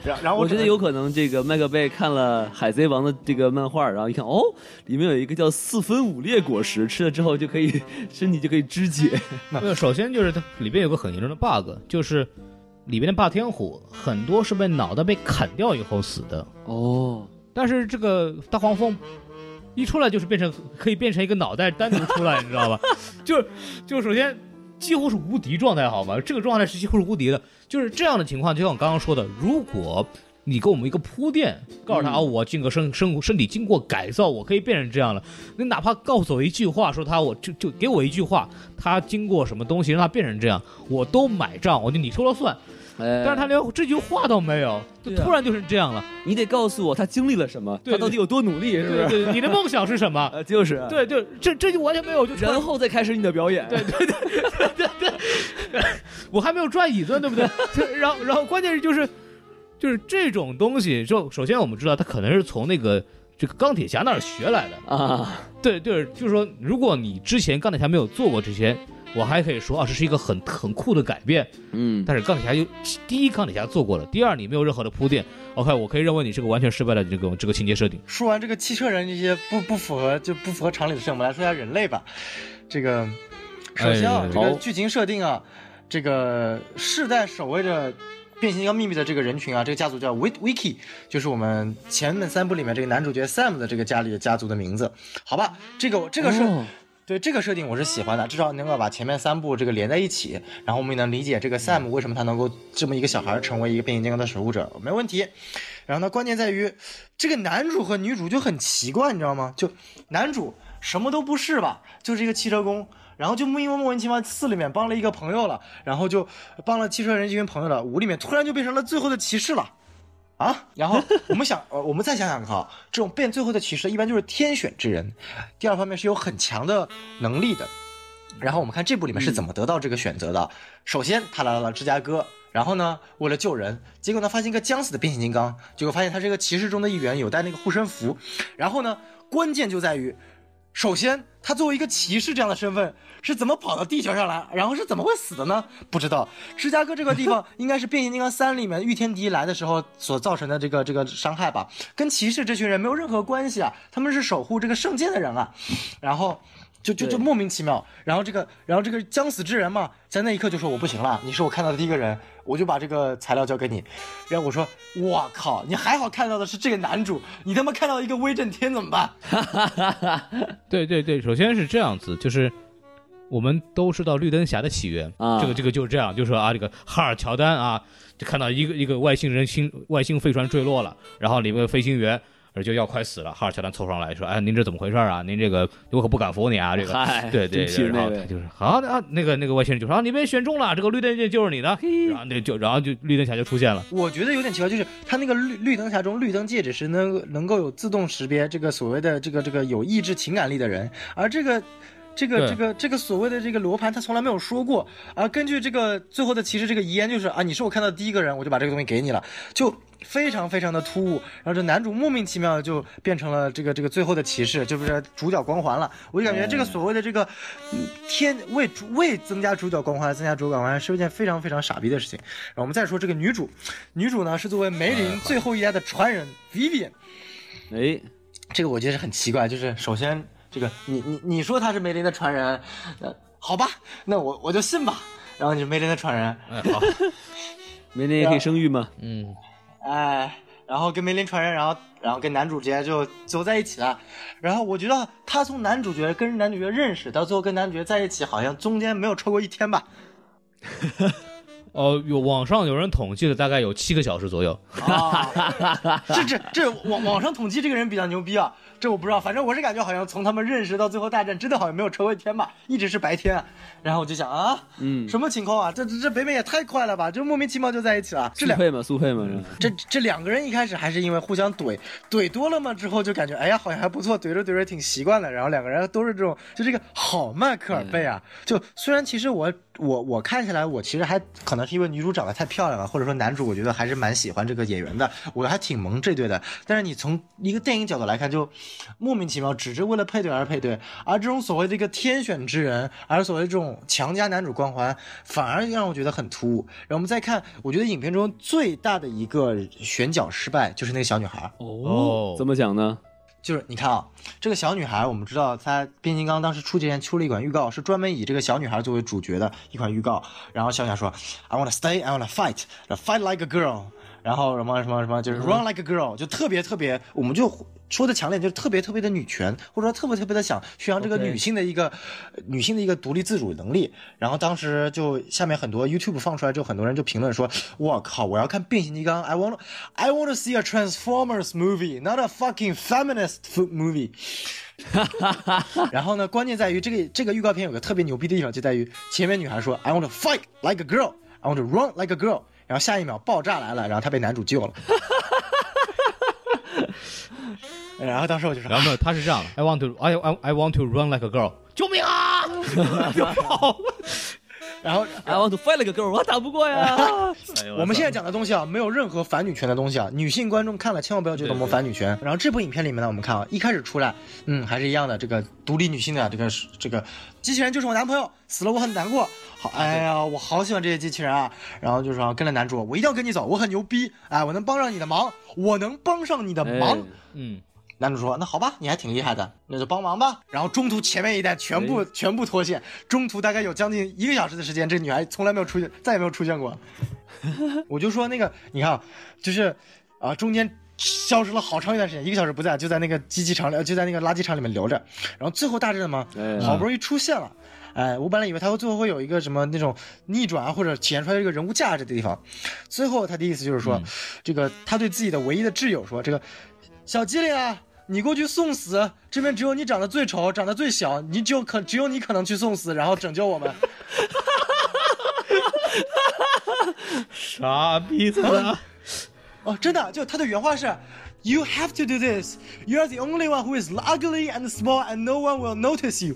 A: 然然后
C: 我
A: 只
C: 觉得
A: 能
C: 有可能，这个麦克贝看了《海贼王》的这个漫画，然后一看，哦，里面有一个叫四分五裂果实，吃了之后就可以身体就可以肢 解。
B: 那首先就是它里边有个很严重的 bug，就是里边的霸天虎很多是被脑袋被砍掉以后死的。
C: 哦，
B: 但是这个大黄蜂一出来就是变成可以变成一个脑袋单独出来，你知道 吧？就是就是首先几乎是无敌状态，好吗？这个状态是几乎是无敌的，就是这样的情况，就像我刚刚说的，如果。你给我们一个铺垫，告诉他
C: 嗯
B: 啊，我经过身身身体经过改造，我可以变成这样了。你哪怕告诉我一句话，说他我就就给我一句话，他经过什么东西让他变成这样，我都买账，我就你说了算。
C: 哎，
B: 但是他连这句话都没有，就
C: 对啊
B: 突然就成这样了。
C: 你得告诉我他经历了什么，
B: 对
C: 他到底有多努力，是不
B: 对
C: 是？
B: 对，你的梦想是什么？
C: 呃，就是，
B: 对，就这这就完全没有，就突然
C: 然后再开始你的表演。
B: 对对对对对对，我还没有转椅子呢，对不对？这然后然后关键是就是就是这种东西，就首先我们知道它可能是从那个这个钢铁侠那儿学来的，
C: 啊，
B: 对对，就是说如果你之前钢铁侠没有做过这些。我还可以说啊，这是一个很很酷的改变，
C: 嗯，
B: 但是钢铁侠又第一钢铁侠做过了，第二你没有任何的铺垫，OK，我可以认为你是个完全失败的这个这个情节设定。
A: 说完这个汽车人这些不不符合就不符合常理的事，我们来说一下人类吧。这个，首先啊，
B: 哎
A: 这个
C: 好
A: 剧情设定啊，这个世代守卫着变形金刚秘密的这个人群啊，这个家族叫 Wit Wiki，就是我们前面三部里面这个男主角 Sam 的这个家里的家族的名字。好吧，这个我这个是、
C: 哦
A: 对这个设定我是喜欢的，至少能够把前面三部这个连在一起，然后我们也能理解这个 Sam 为什么他能够这么一个小孩成为一个变形金刚的守护者，没问题。然后呢，关键在于这个男主和女主就很奇怪，你知道吗？就男主什么都不是吧，就是一个汽车工。然后就莫莫名其妙四里面帮了一个朋友了，然后就帮了汽车人这群朋友了，五里面突然就变成了最后的骑士了，啊！然后我们想，呃我们再想想看啊，这种变最后的骑士一般就是天选之人，第二方面是有很强的能力的。然后我们看这部里面是怎么得到这个选择的。首先，他来到了芝加哥，然后呢，为了救人，结果呢发现一个将死的变形金刚，结果发现他是一个骑士中的一员，有带那个护身符。然后呢，关键就在于，首先他作为一个骑士这样的身份是怎么跑到地球上来，然后是怎么会死的呢？不知道。芝加哥这个地方应该是变形金刚三里面御天敌来的时候所造成的这个这个伤害吧，跟骑士这群人没有任何关系啊，他们是守护这个圣剑的人啊。然后就就就
C: 对
A: 莫名其妙。然后这个，然后这个将死之人嘛，在那一刻就说我不行了，你是我看到的第一个人，我就把这个材料交给你。然后我说，我靠，你还好看到的是这个男主，你他妈看到一个威震天怎么办？
B: 对对对，首先是这样子，就是我们都知道绿灯侠的起源，
C: 啊
B: 这个这个就是这样，就是说啊，这个哈尔乔丹啊，就看到一个一个外星人星外星飞船坠落了，然后里面的飞行员。而就要快死了，哈尔乔丹凑上来说：“哎，您这怎么回事啊？您这个我可不敢服你啊！这个，
C: 嗨
B: 对对
C: 真气
B: 对，
C: 人
B: 然后
C: 那位
B: 他就是啊啊，那个那个外星人就说啊，你被选中了，这个绿灯就就是你的，然后那就然后就绿灯侠就出现了。
A: 我觉得有点奇怪，就是他那个绿绿灯侠中绿灯戒指是能能够有自动识别这个所谓的这个这个有意志情感力的人，而这个。这个
B: 对
A: 这个这个所谓的这个罗盘，他从来没有说过。而啊根据这个最后的骑士这个遗言，就是啊，你是我看到的第一个人，我就把这个东西给你了，就非常非常的突兀。然后这男主莫名其妙就变成了这个这个最后的骑士，就是主角光环了。我就感觉这个所谓的这个、嗯天为主为增加主角光环增加主角光环是一件非常非常傻逼的事情。然后我们再说这个女主，女主呢是作为梅林最后一代的传人 Vivian，
C: 哎，
A: 这个我觉得是很奇怪，就是首先这个你你你说她是梅林的传人，呃，好吧，那我我就信吧。然后你是梅林的传人，
B: 哎，好，
C: 梅林也可以生育吗？
B: 嗯，
A: 哎，然后跟梅林传人，然后然后跟男主角就走在一起了。然后我觉得她从男主角跟男主角认识到最后跟男主角在一起，好像中间没有超过一天吧。
B: 哦，有网上有人统计了，大概有七个小时左右。
A: 啊，这这这网网上统计这个人比较牛逼啊，这我不知道，反正我是感觉好像从他们认识到最后大战，真的好像没有超过一天吧，一直是白天。然后我就想啊，
C: 嗯，
A: 什么情况啊？这这这北美也太快了吧，就莫名其妙就在一起了。这
C: 速
A: 两
C: 配吗？速配吗？是吧
A: 这这两个人一开始还是因为互相怼，怼多了嘛之后就感觉哎呀好像还不错，怼着怼着挺习惯的。然后两个人都是这种，就这个好慢科尔贝啊，就虽然其实我我我看起来我其实还可能是因为女主长得太漂亮了，或者说男主我觉得还是蛮喜欢这个演员的，我还挺萌这对的。但是你从一个电影角度来看，就莫名其妙只是为了配对而配对，而这种所谓的一个天选之人，而所谓这种强加男主光环，反而让我觉得很突兀。然后我们再看，我觉得影片中最大的一个选角失败就是那个小女孩儿，
B: 哦
C: 怎么讲呢？
A: 就是你看啊，这个小女孩儿，我们知道她变形金刚当时出之前出了一款预告，是专门以这个小女孩作为主角的一款预告。然后小女孩说：“I wanna stay, I wanna fight, fight like a girl。”然后什么什么什么，就是
B: 嗯
A: run like a girl，就特别特别，我们就说的强烈，就是特别特别的女权，或者说特别特别的想宣扬这个
C: OK
A: 女性的一个呃女性的一个独立自主能力。然后当时就下面很多 YouTube 放出来之后，很多人就评论说：“我靠，我要看变形金刚，I want I want to see a Transformers movie, not a fucking feminist food movie。”然后呢，关键在于这个这个预告片有个特别牛逼的地方，就在于前面女孩说 “I want to fight like a girl, I want to run like a girl”，然后下一秒爆炸来了，然后她被男主救了。 然后当时我就说
B: 然后没有，他是这样的 ，I want to I I I want to run like a girl，救命啊！就跑。
A: 然后
C: I want to fight like a girl，我打不过呀。
A: 我们现在讲的东西啊，没有任何反女权的东西啊，女性观众看了千万不要觉得我们反女权。然后这部影片里面呢，我们看啊，一开始出来，嗯，还是一样的这个独立女性的这个这个机器人就是我男朋友死了，我很难过。好，哎呀，我好喜欢这些机器人啊。然后就说跟着男主，我一定要跟你走，我很牛逼，哎，我能帮上你的忙，我能帮上你的忙。
C: 哎
B: 嗯，
A: 男主说：“那好吧，你还挺厉害的，那就帮忙吧。”然后中途前面一代全部、
C: 哎
A: 全部脱线，中途大概有将近一个小时的时间，这女孩从来没有出现，再也没有出现过。 我就说那个，你看，啊，就是啊，中间消失了好长一段时间，一个小时不在，就在那个机器厂里，就在那个垃圾场里面留着。然后最后大战嘛，
C: 哎
A: 好不容易出现了。哎，我本来以为他会最后会有一个什么那种逆转啊，或者体现出来这个人物价值的地方，最后他的意思就是说，这个他对自己的唯一的挚友说，这个小机灵啊，你过去送死，这边只有你长得最丑，长得最小，你就可只有你可能去送死，然后拯救我们。
B: 傻逼子啊！
A: 哦，真的，就他的原话是，You have to do this. You are the only one who is ugly and small, and no one will notice you.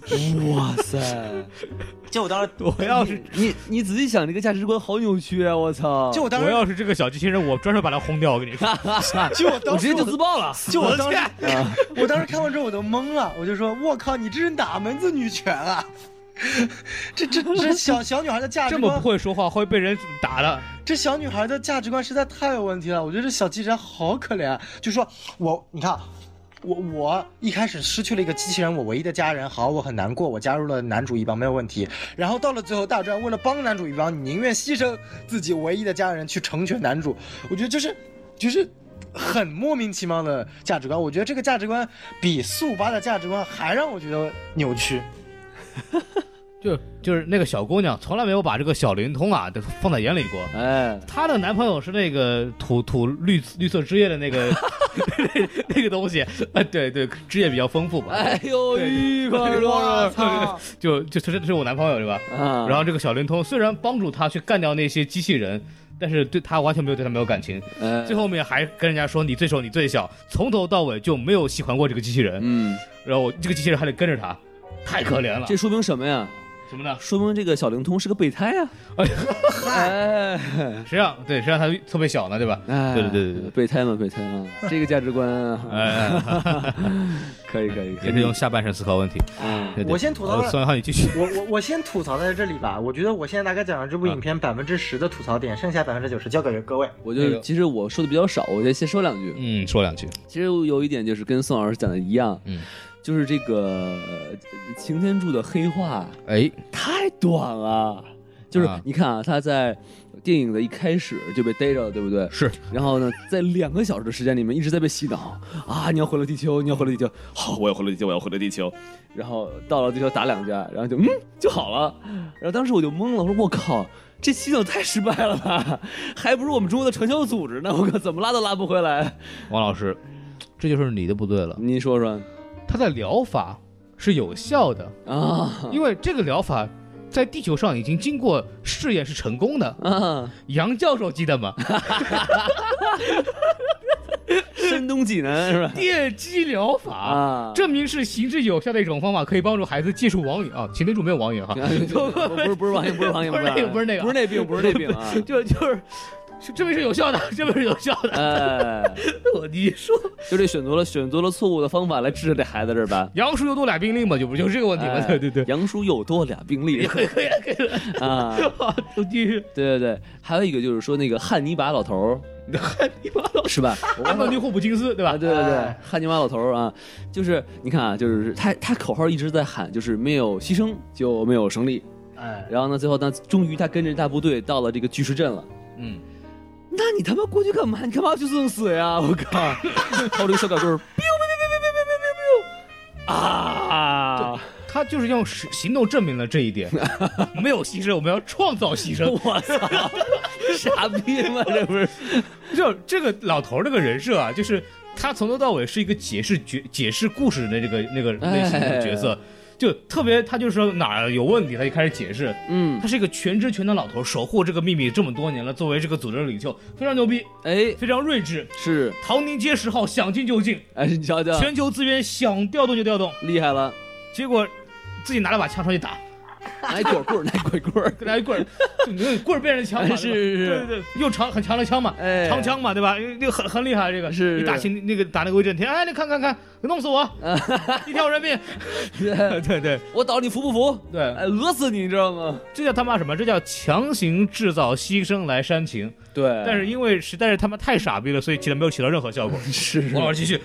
C: 哇塞！
A: 就我当时，
B: 我要是
C: 你你仔细想，这个价值观好扭曲啊！我操！
A: 就我当
B: 我
A: 时，
B: 要是这个小机器人，我专门把它轰掉。我跟你 说，
A: 就我
C: 我
A: 当
C: 直
A: 时
C: 接
A: 我
C: 就
A: 都
C: 自爆了。
A: 就我当时， 我当时看完之后我都懵了，我就说：“我靠，你这是哪门子女权啊？ 这这这小小女孩的价值
B: 这么
A: 观
B: 不，会说话会被人打的。
A: 这小女孩的价值观实在太有问题了。我觉得这小机器人好可怜。啊就说我，你看，我我一开始失去了一个机器人，我唯一的家人，好，我很难过，我加入了男主一帮没有问题。然后到了最后大战，为了帮男主一帮，你宁愿牺牲自己唯一的家人去成全男主。我觉得就是就是很莫名其妙的价值观。我觉得这个价值观比速八的价值观还让我觉得扭曲。
B: 就就是那个小姑娘，从来没有把这个小灵通啊都放在眼里过。
C: 哎，
B: 她的男朋友是那个土土绿绿色枝叶的那 个那那个东西，啊，对对，枝叶比较丰富吧。
C: 哎呦，
B: 对
C: 一块多
B: 我
C: 了
B: 操！就就这这是我男朋友是吧？
C: 啊！
B: 然后这个小灵通虽然帮助他去干掉那些机器人，但是对他完全没有对他没有感情。
C: 哎
B: 最后面还跟人家说你最丑，你最小，从头到尾就没有喜欢过这个机器人。
C: 嗯，
B: 然后我这个机器人还得跟着他，太可怜了。
C: 这说明什么呀？
B: 什么呢？
C: 说明这个小灵通是个备胎啊！哎，
B: 谁让对谁让他特别小呢？对吧？
C: 哎，
B: 对对对对对
C: 备胎嘛，备胎 啊，这个价值观啊，
B: 哎，
C: 可以可以，可以
B: 也是用下半身思考问题。
C: 嗯
B: 对对
A: 我先吐槽
B: 呃宋元浩，你继续。
A: 我我我先吐槽在这里吧，我觉得我现在大概讲了这
B: 嗯
A: 部影片百分之十的吐槽点，剩下百分之九十交给各位。
C: 我
B: 那
C: 就
B: 个
C: 其实我说的比较少，我就先说两句。
B: 嗯，说两句。
C: 其实有一点就是跟宋老师讲的一样，
B: 嗯，
C: 就是这个呃擎天柱的黑化
B: 哎，
C: 太短了。就是
B: 啊
C: 你看啊，他在电影的一开始就被逮着了，对不对？
B: 是。
C: 然后呢，在两个小时的时间里面一直在被洗脑啊，你要回到地球，你要回到地球，好，我要回到地球，我要回到地球。然后到了地球打两架，然后就嗯就好了。然后当时我就懵了，我说我靠，这洗脑太失败了吧？还不如我们中国的传销组织呢，我靠，怎么拉都拉不回来。
B: 王老师，这就是你的不对了。
C: 您说说
B: 他的疗法是有效的，
C: 啊
B: 因为这个疗法在地球上已经经过试验是成功的。
C: 啊，
B: 杨教授记得吗？
C: 山东济南是吧？
B: 电击疗法。
C: 啊，
B: 证明是行之有效的一种方法，可以帮助孩子戒除网瘾
C: 嗯
B: 啊！擎天柱没有网瘾哈，
C: 不是不是王爷，不是王爷，
B: 不是那个不是那个
C: 不是那病，不是那病 啊！
B: 就就是，是证明是有效的， 证明是有效 的。
C: 哎，
B: 我你说
C: 就这选择了选择了错误的方法来治这孩子这儿吧？
B: 杨叔又多俩病例嘛，就不就是这个问题吗？
C: 哎
B: 对对对，
C: 杨叔又多俩病例
B: 可以可以可以了，
C: 啊！
B: 我继续。
C: 对对对，还有一个就是说那个汉尼拔老头儿，汉尼拔老是吧？我
B: 安
C: 忘
B: 东
C: 了
B: 尼·霍普金斯，对吧
C: 啊，？对对对
A: 哎，
C: 汉尼拔老头儿啊，就是你看啊，就是他他口号一直在喊，就是没有牺牲就没有胜利。
A: 哎，
C: 然后呢，最后呢，终于他跟着大部队到了这个巨石阵了。
B: 嗯，
C: 那你他妈过去干嘛？你干嘛要去送死呀？我靠！掏出一个小短棍儿，biu biu biu biu biu biu biu biu biu，啊！
B: 他就是用实行动证明了这一 点，没有牺牲，我们要创造牺牲。
C: 我操，傻逼吗？这不是？
B: 就这个老头儿这个人设啊，就是他从头到尾是一个解释角解释故事的这个那个类型的角
C: 哎
B: 色，就特别他就说哪儿有问题，他就开始解释。
C: 嗯，
B: 他是一个全知全能老头儿，守护这个秘密这么多年了，作为这个组织的领袖，非常牛逼，
C: 哎，
B: 非常睿智。
C: 是，
B: 唐宁街十号想进就进，
C: 哎，你瞧瞧，
B: 全球资源想调动就调动，
C: 厉 害了，
B: 结果自己拿了把枪上去打，
C: 拿一棍棍儿，拿一棍棍儿，
B: 给他一棍儿，就那棍儿变成枪嘛，
C: 哎 是是
B: 对吧对对对，又长很长的枪嘛，
C: 哎，
B: 长枪嘛，对吧？那个很很厉害，这个
C: 是
B: 一打
C: 是
B: 新那个打那个威震天，哎，你看看看，弄死 我，一条人命，对对
C: 我倒你服不服？
B: 对，
C: 嗯哎，讹死你，你知道吗？
B: 这叫他妈什么？这叫强行制造牺牲来煽情，
C: 对，
B: 但是因为实在是他妈太傻逼了，所以起来没有起到任何效果。
C: 是是
B: 王老师继续，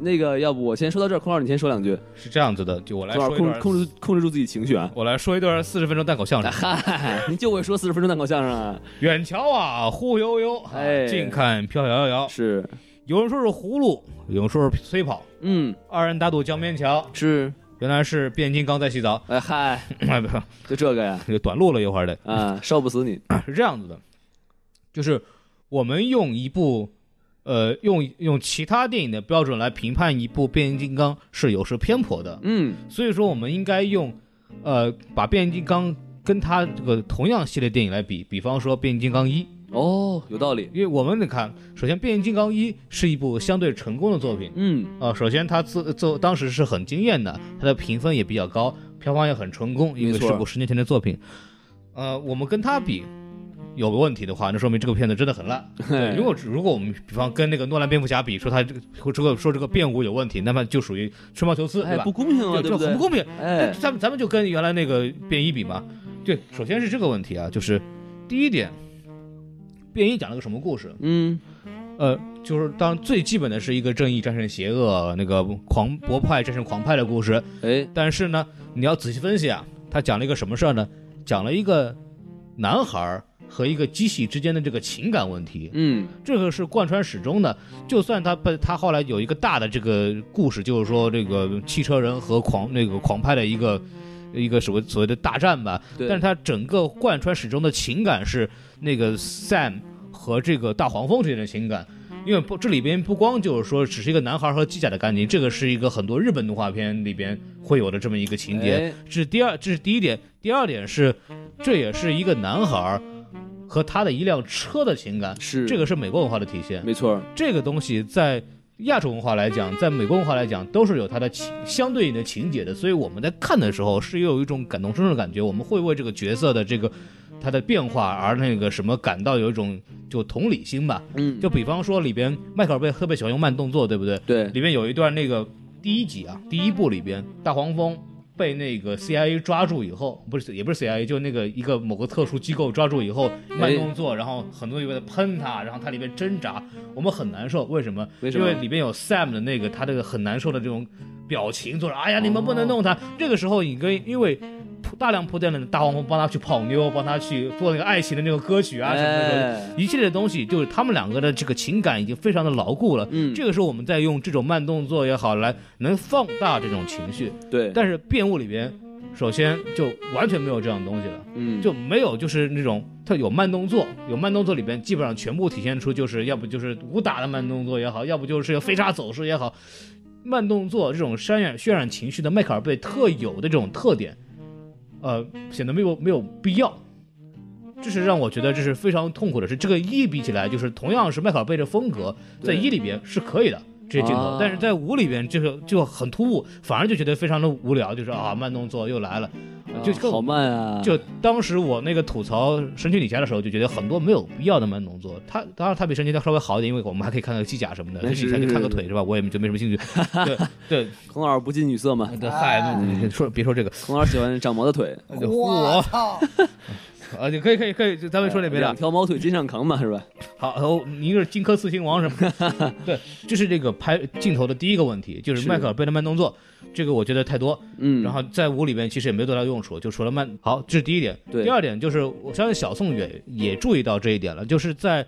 C: 那个，要不我先说到这儿，孔老师你先说两句，
B: 是这样子的，就我来
C: 孔
B: 说
C: 老师
B: 一
C: 控
B: 段
C: 制，控制控制住自己哎情绪啊。
B: 我来说一段四十分钟单口相声。
C: 嗨， 你就会说四十分钟单口相声啊？
B: 远瞧啊，忽悠悠，啊
C: 哎
B: 近看飘摇摇。
C: 是，
B: 有人说是葫芦，有人说是飞跑，
C: 嗯，
B: 二人打赌江边桥，
C: 是，
B: 原来是变形金刚在洗 澡，
C: 哎嗨，
B: 哎不，
C: 就这个呀，
B: 就短路了一会儿 的，
C: 啊，烧不死你，
B: 是这样子的，就是我们用一部呃，用用其他电影的标准来评判一部变形金刚是有失偏颇的。
C: 嗯，
B: 所以说，我们应该用，呃，把变形金刚跟它这个同样系列电影来比，比方说变形金刚一，
C: 哦，有道理。
B: 因为我们得看，首先变形金刚一是一部相对成功的作品，
C: 嗯，
B: 呃，首先它自做当时是很惊艳的，它的评分也比较高，票房也很成功，因为
C: 没错
B: 是部十年前的作品。呃，我们跟它比有个问题的话，那说明这个片子真的很烂。
C: 嘿
B: 如果如果我们比方跟那个诺兰蝙蝠侠比，说他这个这个说这个变舞有问题，那么就属于吹毛求疵，对
C: 哎，
B: 吧
C: 不？公平
B: 就
C: 啊，对
B: 就
C: 不对
B: 很不？公平。
C: 哎，
B: 咱们咱们就跟原来那个变一比嘛，对，首先是这个问题啊，就是第一点，变一讲了个什么故事？
C: 嗯，
B: 呃，就是当最基本的是一个正义战胜邪恶，那个狂博派战胜狂派的故事。
C: 哎，
B: 但是呢，你要仔细分析啊，他讲了一个什么事儿呢？讲了一个男孩儿和一个机器之间的这个情感问题。
C: 嗯，
B: 这个是贯穿始终的。就算他被他后来有一个大的这个故事，就是说这个汽车人和狂那个狂派的一个一个所谓所谓的大战吧，
C: 对，
B: 但是他整个贯穿始终的情感是那个 Sam 和这个大黄蜂之间的情感。因为不，这里边不光就是说只是一个男孩和机甲的感情，这个是一个很多日本动画片里边会有的这么一个情节。
C: 哎
B: 这是第二，这是第一点。第二点是，这也是一个男孩和他的一辆车的情感，
C: 是
B: 这个是美国文化的体现。
C: 没错，
B: 这个东西在亚洲文化来讲，在美国文化来讲，都是有它的情相对应的情节的。所以我们在看的时候是有一种感同身受的感觉，我们会为这个角色的这个他的变化而那个什么感到有一种就同理心吧。
C: 嗯，
B: 就比方说里边迈克尔贝特别喜欢用慢动作，对不对？
C: 对，
B: 里面有一段那个第一集啊，第一部里边大黄蜂被那个 CIA 抓住以后，不是也不是 CIA，就那个一个某个特殊机构抓住以后，
C: 哎
B: 慢动作，然后很多人在喷他，然后他里面挣扎，我们很难受，为什么？
C: 为什么
B: 因为里面有 Sam 的那个他这个很难受的这种表情，就是哎呀你们不能弄
C: 哦
B: 他。这个时候你跟因为。铺大量铺垫了大黄蜂帮他去泡妞，帮他去做那个爱情的那个歌曲啊什么的，
C: 哎
B: 一系列的东西，就是他们两个的这个情感已经非常的牢固了。
C: 嗯
B: 这个时候我们再用这种慢动作也好，来能放大这种情绪。
C: 对，
B: 但是变物里边，首先就完全没有这样的东西了，
C: 嗯，
B: 就没有就是那种它有慢动作，有慢动作里边基本上全部体现出就是要不就是武打的慢动作也好，要不就是飞叉走势也好，慢动作这种渲染渲染情绪的迈克尔贝特有的这种特点，呃，显得没有没有必要。这是让我觉得这是非常痛苦的是，这个一比起来，就是同样是迈克尔贝的风格，在
C: 对
B: 一里边是可以的这些镜头，
C: 啊
B: 但是在五里边就是就很突兀，反而就觉得非常的无聊，就是啊慢动作又来了，
C: 啊
B: 就更
C: 好慢啊，
B: 就当时我那个吐槽《神奇女侠》的时候，就觉得很多没有必要的慢动作。它当然它比神奇女侠稍微好一点，因为我们还可以看看机甲什么的。
C: 哎
B: 神奇
C: 是
B: 女侠就是看个
C: 是
B: 腿是吧？我也就没什么兴趣。对对
C: 孔老师不近女色嘛，
B: 对，嗨，说别说这个，
C: 孔老师喜欢长毛 的腿，
B: 我
D: 操！
B: 啊，就可以可以可以，就咱们说那边的
C: 哎两。条毛腿肩上扛嘛，是吧？
B: 好，然后你一个是荆轲刺秦王什么 的，对，就是这个拍镜头的第一个问题，就是
C: 是
B: 迈克尔贝的慢动作，这个我觉得太多。
C: 嗯，
B: 然后在舞里面其实也没多大用处，就除了慢。好，这是第一点。
C: 对
B: 第二点就是我相信小宋也也注意到这一点了，就是在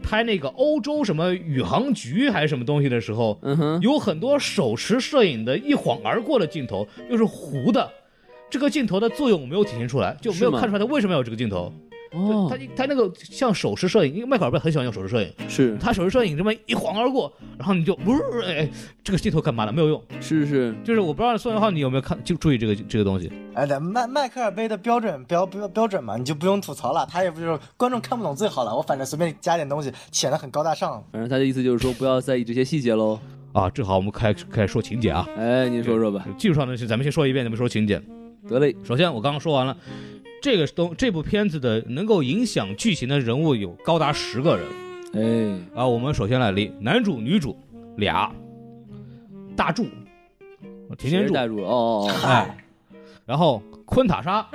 B: 拍那个欧洲什么宇航局还是什么东西的时候，
C: 嗯哼，
B: 有很多手持摄影的一晃而过的镜头，又是糊的。这个镜头的作用我没有体现出来，就没有
C: 是吗
B: 看出来它为什么要有这个镜头。
C: 哦
B: 他，他那个像手持摄影，因为迈克尔贝很喜欢用手持摄影，
C: 是
B: 他手持摄影这么一晃而过，然后你就不是、哎，这个镜头干嘛了？没有用。
C: 是是，
B: 就是我不知道宋元浩你有没有看，就注意这个这个东西。
D: 哎，对，迈迈克尔贝的标准标标标准嘛，你就不用吐槽了，他也不就是观众看不懂最好了，我反正随便加点东西，显得很高大上。
C: 反正他的意思就是说不要在意这些细节喽。
B: 啊，正好我们开开始说情节啊。
C: 哎，您说说吧，
B: 技术上的事，咱们先说一遍，咱们说情节。
C: 得嘞，
B: 首先，我刚刚说完了，这个东这部片子的能够影响剧情的人物有高达十个人
C: 哎，
B: 啊。我们首先来列男主、女主俩，大柱、擎天
C: 谁
B: 柱，
C: 带住了？哦哦哦，
B: 哎，然后昆塔莎，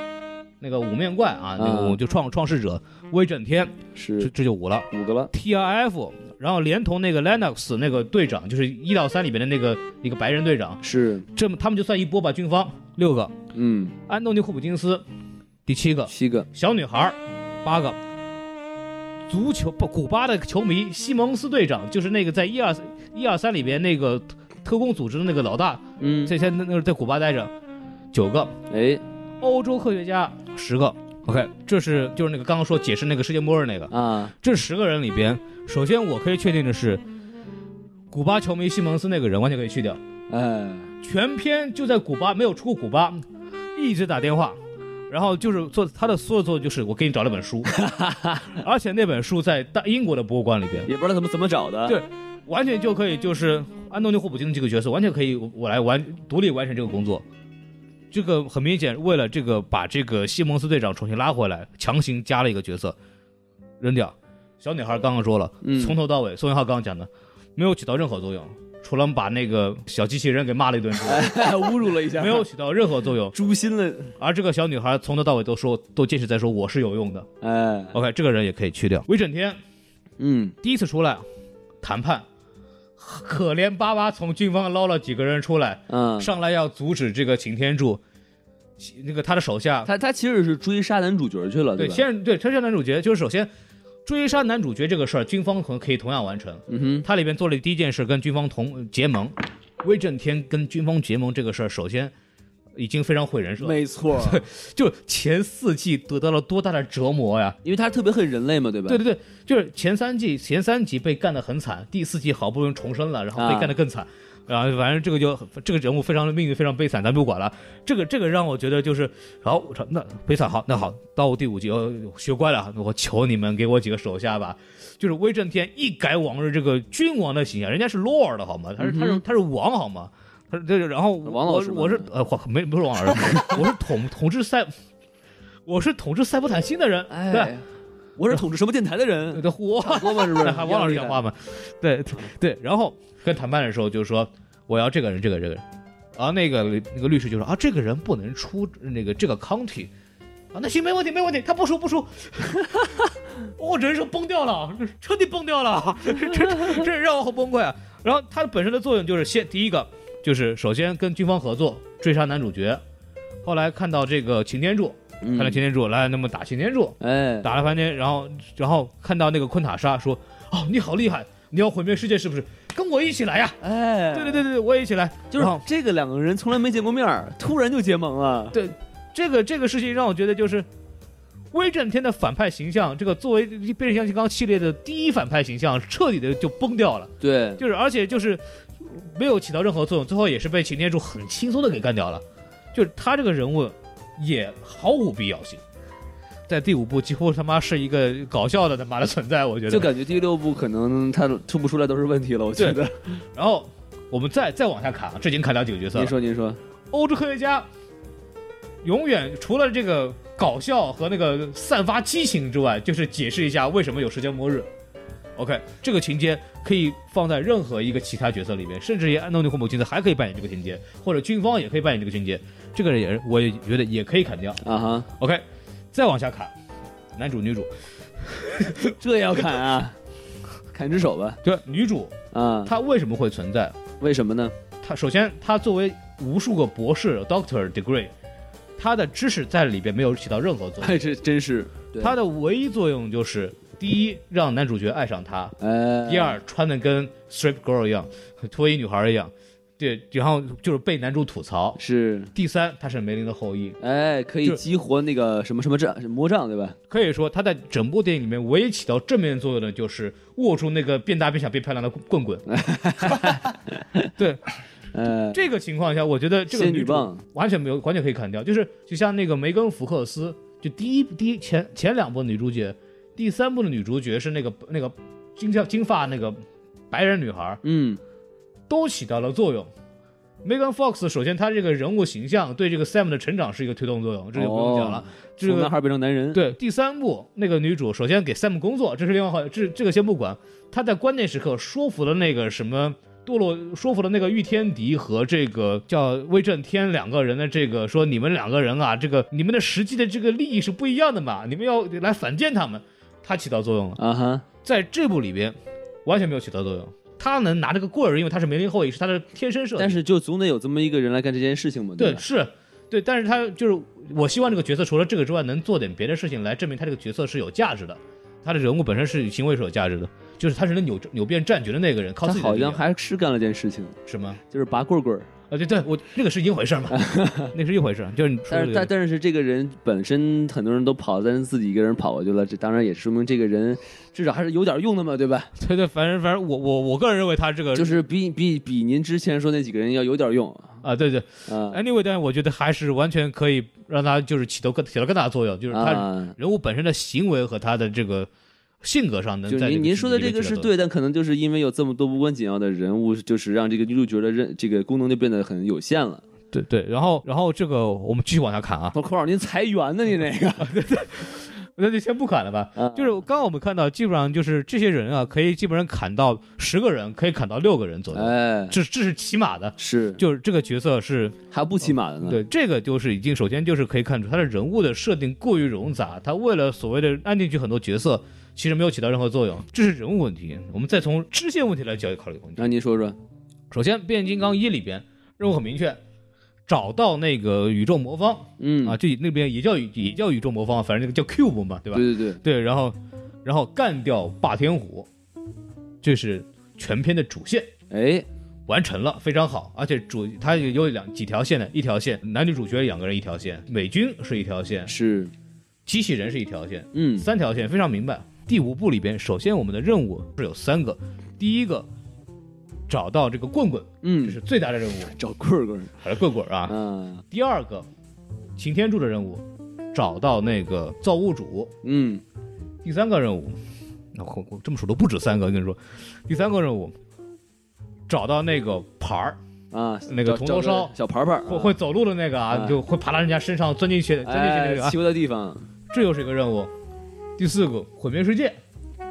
B: 那个五面怪啊，那个
C: 嗯
B: 我就创创世者威震天，这
C: 是
B: 这就五了。
C: 五个了，
B: T R F，然后连同那个 Lennox 那个队长，就是一到三里面的那个一个白人队长，
C: 是，
B: 这么他们就算一波吧，军方六个，
C: 嗯，
B: 安东尼·霍普金斯第七个，
C: 七个，
B: 小女孩儿八个，足球不古巴的球迷西蒙斯队长，就是那个在一二一二三里边那个特工组织的那个老大，
C: 嗯，
B: 在在那那个在古巴待着，九个，
C: 哎，
B: 欧洲科学家十个， OK，这是就是那个刚刚说解释那个世界末日那个，
C: 啊，
B: 这十个人里边，首先我可以确定的是，古巴球迷西蒙斯那个人完全可以去掉。
C: 哎，
B: 全篇就在古巴，没有出过古巴，一直打电话，然后就是做他的所有作用就是我给你找了本书，而且那本书在大英国的博物馆里边，
C: 也不知道怎么怎么找的，
B: 对完全就可以就是安东尼·霍普金斯这个角色完全可以我我来完独立完成这个工作。这个很明显，为了这个把这个西蒙斯队长重新拉回来，强行加了一个角色，扔掉。小女孩刚刚说了，
C: 嗯
B: 从头到尾，宋元浩刚刚讲的，没有起到任何作用，除了把那个小机器人给骂了一顿之外，
C: 侮辱了一 下，
B: 没 有起到任何作用。
C: 诛心了，
B: 而这个小女孩从头到尾都说，都坚持在说我是有用的。
C: 哎，
B: OK，这个人也可以去掉。威震天
C: 嗯，
B: 第一次出来谈判，可怜巴巴从军方捞了几个人出来，
C: 嗯，
B: 上来要阻止这个擎天柱，其那个他的手下，
C: 他他其实是追杀男主角去了，
B: 对，
C: 吧？
B: 先对追杀男主角，就是首先追杀男主角这个事儿，军方可能可以同样完成。
C: 嗯哼，
B: 他里边做了第一件事，跟军方同结盟。威震天跟军方结盟这个事儿，首先已经非常毁人设，
C: 没错，
B: 就前四季得到了多大的折磨呀！
C: 因为他特别恨人类嘛，对吧？
B: 对对对，就是前三季前三集被干得很惨，第四季好不容易重生了，然后被
C: 啊
B: 干得更惨，然后反正这个就这个人物非常的命运非常悲惨，咱不管了。这个这个让我觉得就是，好，我操，那悲惨好，那好，到第五集我学乖了，我求你们给我几个手下吧。就是威震天一改往日这个君王的形象，人家是 lord 好吗？他是他是他是王好吗？他是这个然后
C: 嗯王老师吗
B: 我我是呃我没不是王老师，我是统统治塞， 我是统治塞伯坦星的人，对吧
C: 哎，我是统治什么电台 的
B: 对
C: 人，
B: 对，我
C: 说吧，是不是？
B: 还王老师讲话吗？对对对，然后跟谈判的时候就说我要这个人，这个人，这个人，然后那个那个律师就说啊，这个人不能出那个这个 county，啊，那行没问题没问题，他不输 不输，我人生崩掉了，彻底崩掉了， 这这让我好崩溃啊！然后它本身的作用就是先第一个就是首先跟军方合作追杀男主角，后来看到这个擎天柱，
C: 嗯
B: 看到擎天柱来，那么打擎天柱，
C: 哎，
B: 打了半天，然后然后看到那个昆塔莎说：“哦，你好厉害，你要毁灭世界是不是？跟我一起来呀！”
C: 哎，
B: 对对对对，对我也一起来。
C: 就是
B: 然后
C: 这个两个人从来没见过面儿，突然就结盟了。
B: 这个这个事情让我觉得就是。威震天的反派形象，这个作为《变形金刚》系列的第一反派形象，彻底的就崩掉了，
C: 对，
B: 就是而且就是没有起到任何作用，最后也是被擎天柱很轻松的给干掉了，就是他这个人物也毫无必要性，在第五部几乎他妈是一个搞笑的他妈的存在，我觉得
C: 就感觉第六部可能他吐不出来都是问题了，我觉得。
B: 然后我们再再往下砍啊，这已经砍掉几个角色
C: 您
B: 了。
C: 说，您说，
B: 欧洲科学家永远除了这个搞笑和那个散发激情之外，就是解释一下为什么有世界末日。OK，这个情节可以放在任何一个其他角色里面，甚至也安东尼·霍普金斯还可以扮演这个情节，或者军方也可以扮演这个情节。这个人也是，我也觉得也可以砍掉。
C: 啊哈，
B: OK，再往下砍，男主、女主，
C: 这要砍啊，砍只手吧，
B: 对，女主
C: 啊，
B: 她为什么会存在？
C: 为什么呢？
B: 他首先他作为无数个博士 Doctor degree，他的知识在里边没有起到任何作用，
C: 哎，这真是，对
B: 他的唯一作用就是第一让男主角爱上他，
C: 哎，
B: 第二穿的跟 strip girl 一样，脱衣女孩一样，对，然后就是被男主吐槽。
C: 是，
B: 第三，他是梅林的后裔，
C: 哎，可以
B: 就是
C: 激活那个什么什么杖魔杖，对吧？
B: 可以说他在整部电影里面唯一起到正面作用的就是握住那个变大变小变漂亮的棍 棍。对，
C: 哎，
B: 这个情况下，我觉得这个
C: 仙女
B: 主
C: 棒
B: 完全没有，完全可以砍掉。就是就像那个梅根·福克斯，就第一第一前前两部的女主角，第三部的女主角是那个那个金叫金发那个白人女孩，
C: 嗯，
B: 都起到了作用。Megan Fox 首先她这个人物形象对这个 Sam 的成长是一个推动作用，这就不用讲了。
C: 哦
B: 这
C: 从
B: 个
C: 男孩变成男人，，
B: 对，第三部那个女主首先给 Sam 工作，这是另外一回这这个先不管。她在关键时刻说服了那个什么堕落，说服了那个御天敌和这个叫威震天两个人的这个说你们两个人啊，这个你们的实际的这个利益是不一样的嘛，你们要来反间他们，她起到作用了。
C: 啊哈，
B: 在这部里边完全没有起到作用。她能拿这个棍儿，因为她是梅林后裔，是她的天生设定。
C: 但是就总得有这么一个人来干这件事情嘛，
B: 对，
C: 吧？
B: 是，对，但是他就是我希望这个角色除了这个之外，能做点别的事情来证明他这个角色是有价值的，他的人物本身是行为是有价值的，就是他是能扭扭变战局的那个人，靠
C: 他
B: 自己的
C: 好
B: 力量
C: 像还是干了件事情，
B: 什么？
C: 就是拔棍棍儿，
B: 呃，对对，我那个是一回 事儿嘛，那是一回事儿，就是你说
C: 但
B: 的
C: 是
B: 这
C: 但
B: 个。
C: 但是这个人本身很多人都跑，但是自己一个人跑过去了，这当然也说明这个人至少还是有点用的嘛，对吧？
B: 对对，反正反正我我我个人认为他这个
C: 就是比比比您之前说那几个人要有点用
B: 啊，对对
C: 啊
B: ，anyway，但是我觉得还是完全可以让他就是起到更起到更大的作用，就是他
C: 啊！
B: 人物本身的行为和他的这个性格上能
C: 就
B: 在
C: 是
B: 这
C: 您
B: 个剧
C: 您说
B: 里
C: 的
B: 面
C: 这个
B: 起
C: 是
B: 到作
C: 对，但可能就是因为有这么多无关紧要的人物，就是让这个女主角的任这个功能就变得很有限了。
B: 用对对。然后然后这个我们继续往下看啊，
C: 我靠，您裁员呢？你那个
B: 那就先不砍了吧。
C: 啊
B: 就是刚刚我们看到，基本上就是这些人啊，可以基本上砍到十个人，可以砍到六个人左右，
C: 哎，
B: 这这是起码的。
C: 是
B: 就是这个角色是
C: 还不骑马的呢？
B: 对这个就是已经首先就是可以看出他的人物的设定过于冗杂，他为了所谓的安进去很多角色，其实没有起到任何作用，这是人物问题。我们再从支线问题来考考虑问题。
C: 那您说说，
B: 首先，变形金刚一里边任务很明确，找到那个宇宙魔方
C: 嗯
B: 啊，，就那边也叫也叫宇宙魔方，反正那个叫 Cube 嘛，对吧？
C: 对对对，
B: 对，然后然后干掉霸天虎，这是全篇的主线
C: 哎，
B: 完成了，非常好。而且主它也有两几条线的，一条线男女主角两个人一条线，美军是一条线，
C: 是，
B: 机器人是一条线，
C: 嗯，
B: 三条线非常明白。第五部里边，首先我们的任务是有三个，第一个找到这个棍棍，这
C: 嗯，
B: 是最大的任务，
C: 找棍棍，
B: 还是棍棍啊。
C: 啊，
B: 第二个擎天柱的任务，找到那个造物主，
C: 嗯，
B: 第三个任务，那我我这么说都不止三个，跟你说，第三个任务，找到那个牌儿，
C: 啊，
B: 那个
C: 找
B: 铜
C: 找
B: 锣烧
C: 小牌牌儿，
B: 会
C: 啊
B: 会走路的那个啊，
C: 哎
B: 就会爬到人家身上钻进去，钻进去那
C: 哎
B: 个啊
C: 奇，怪的地方，
B: 这又是一个任务。第四个，毁灭世界，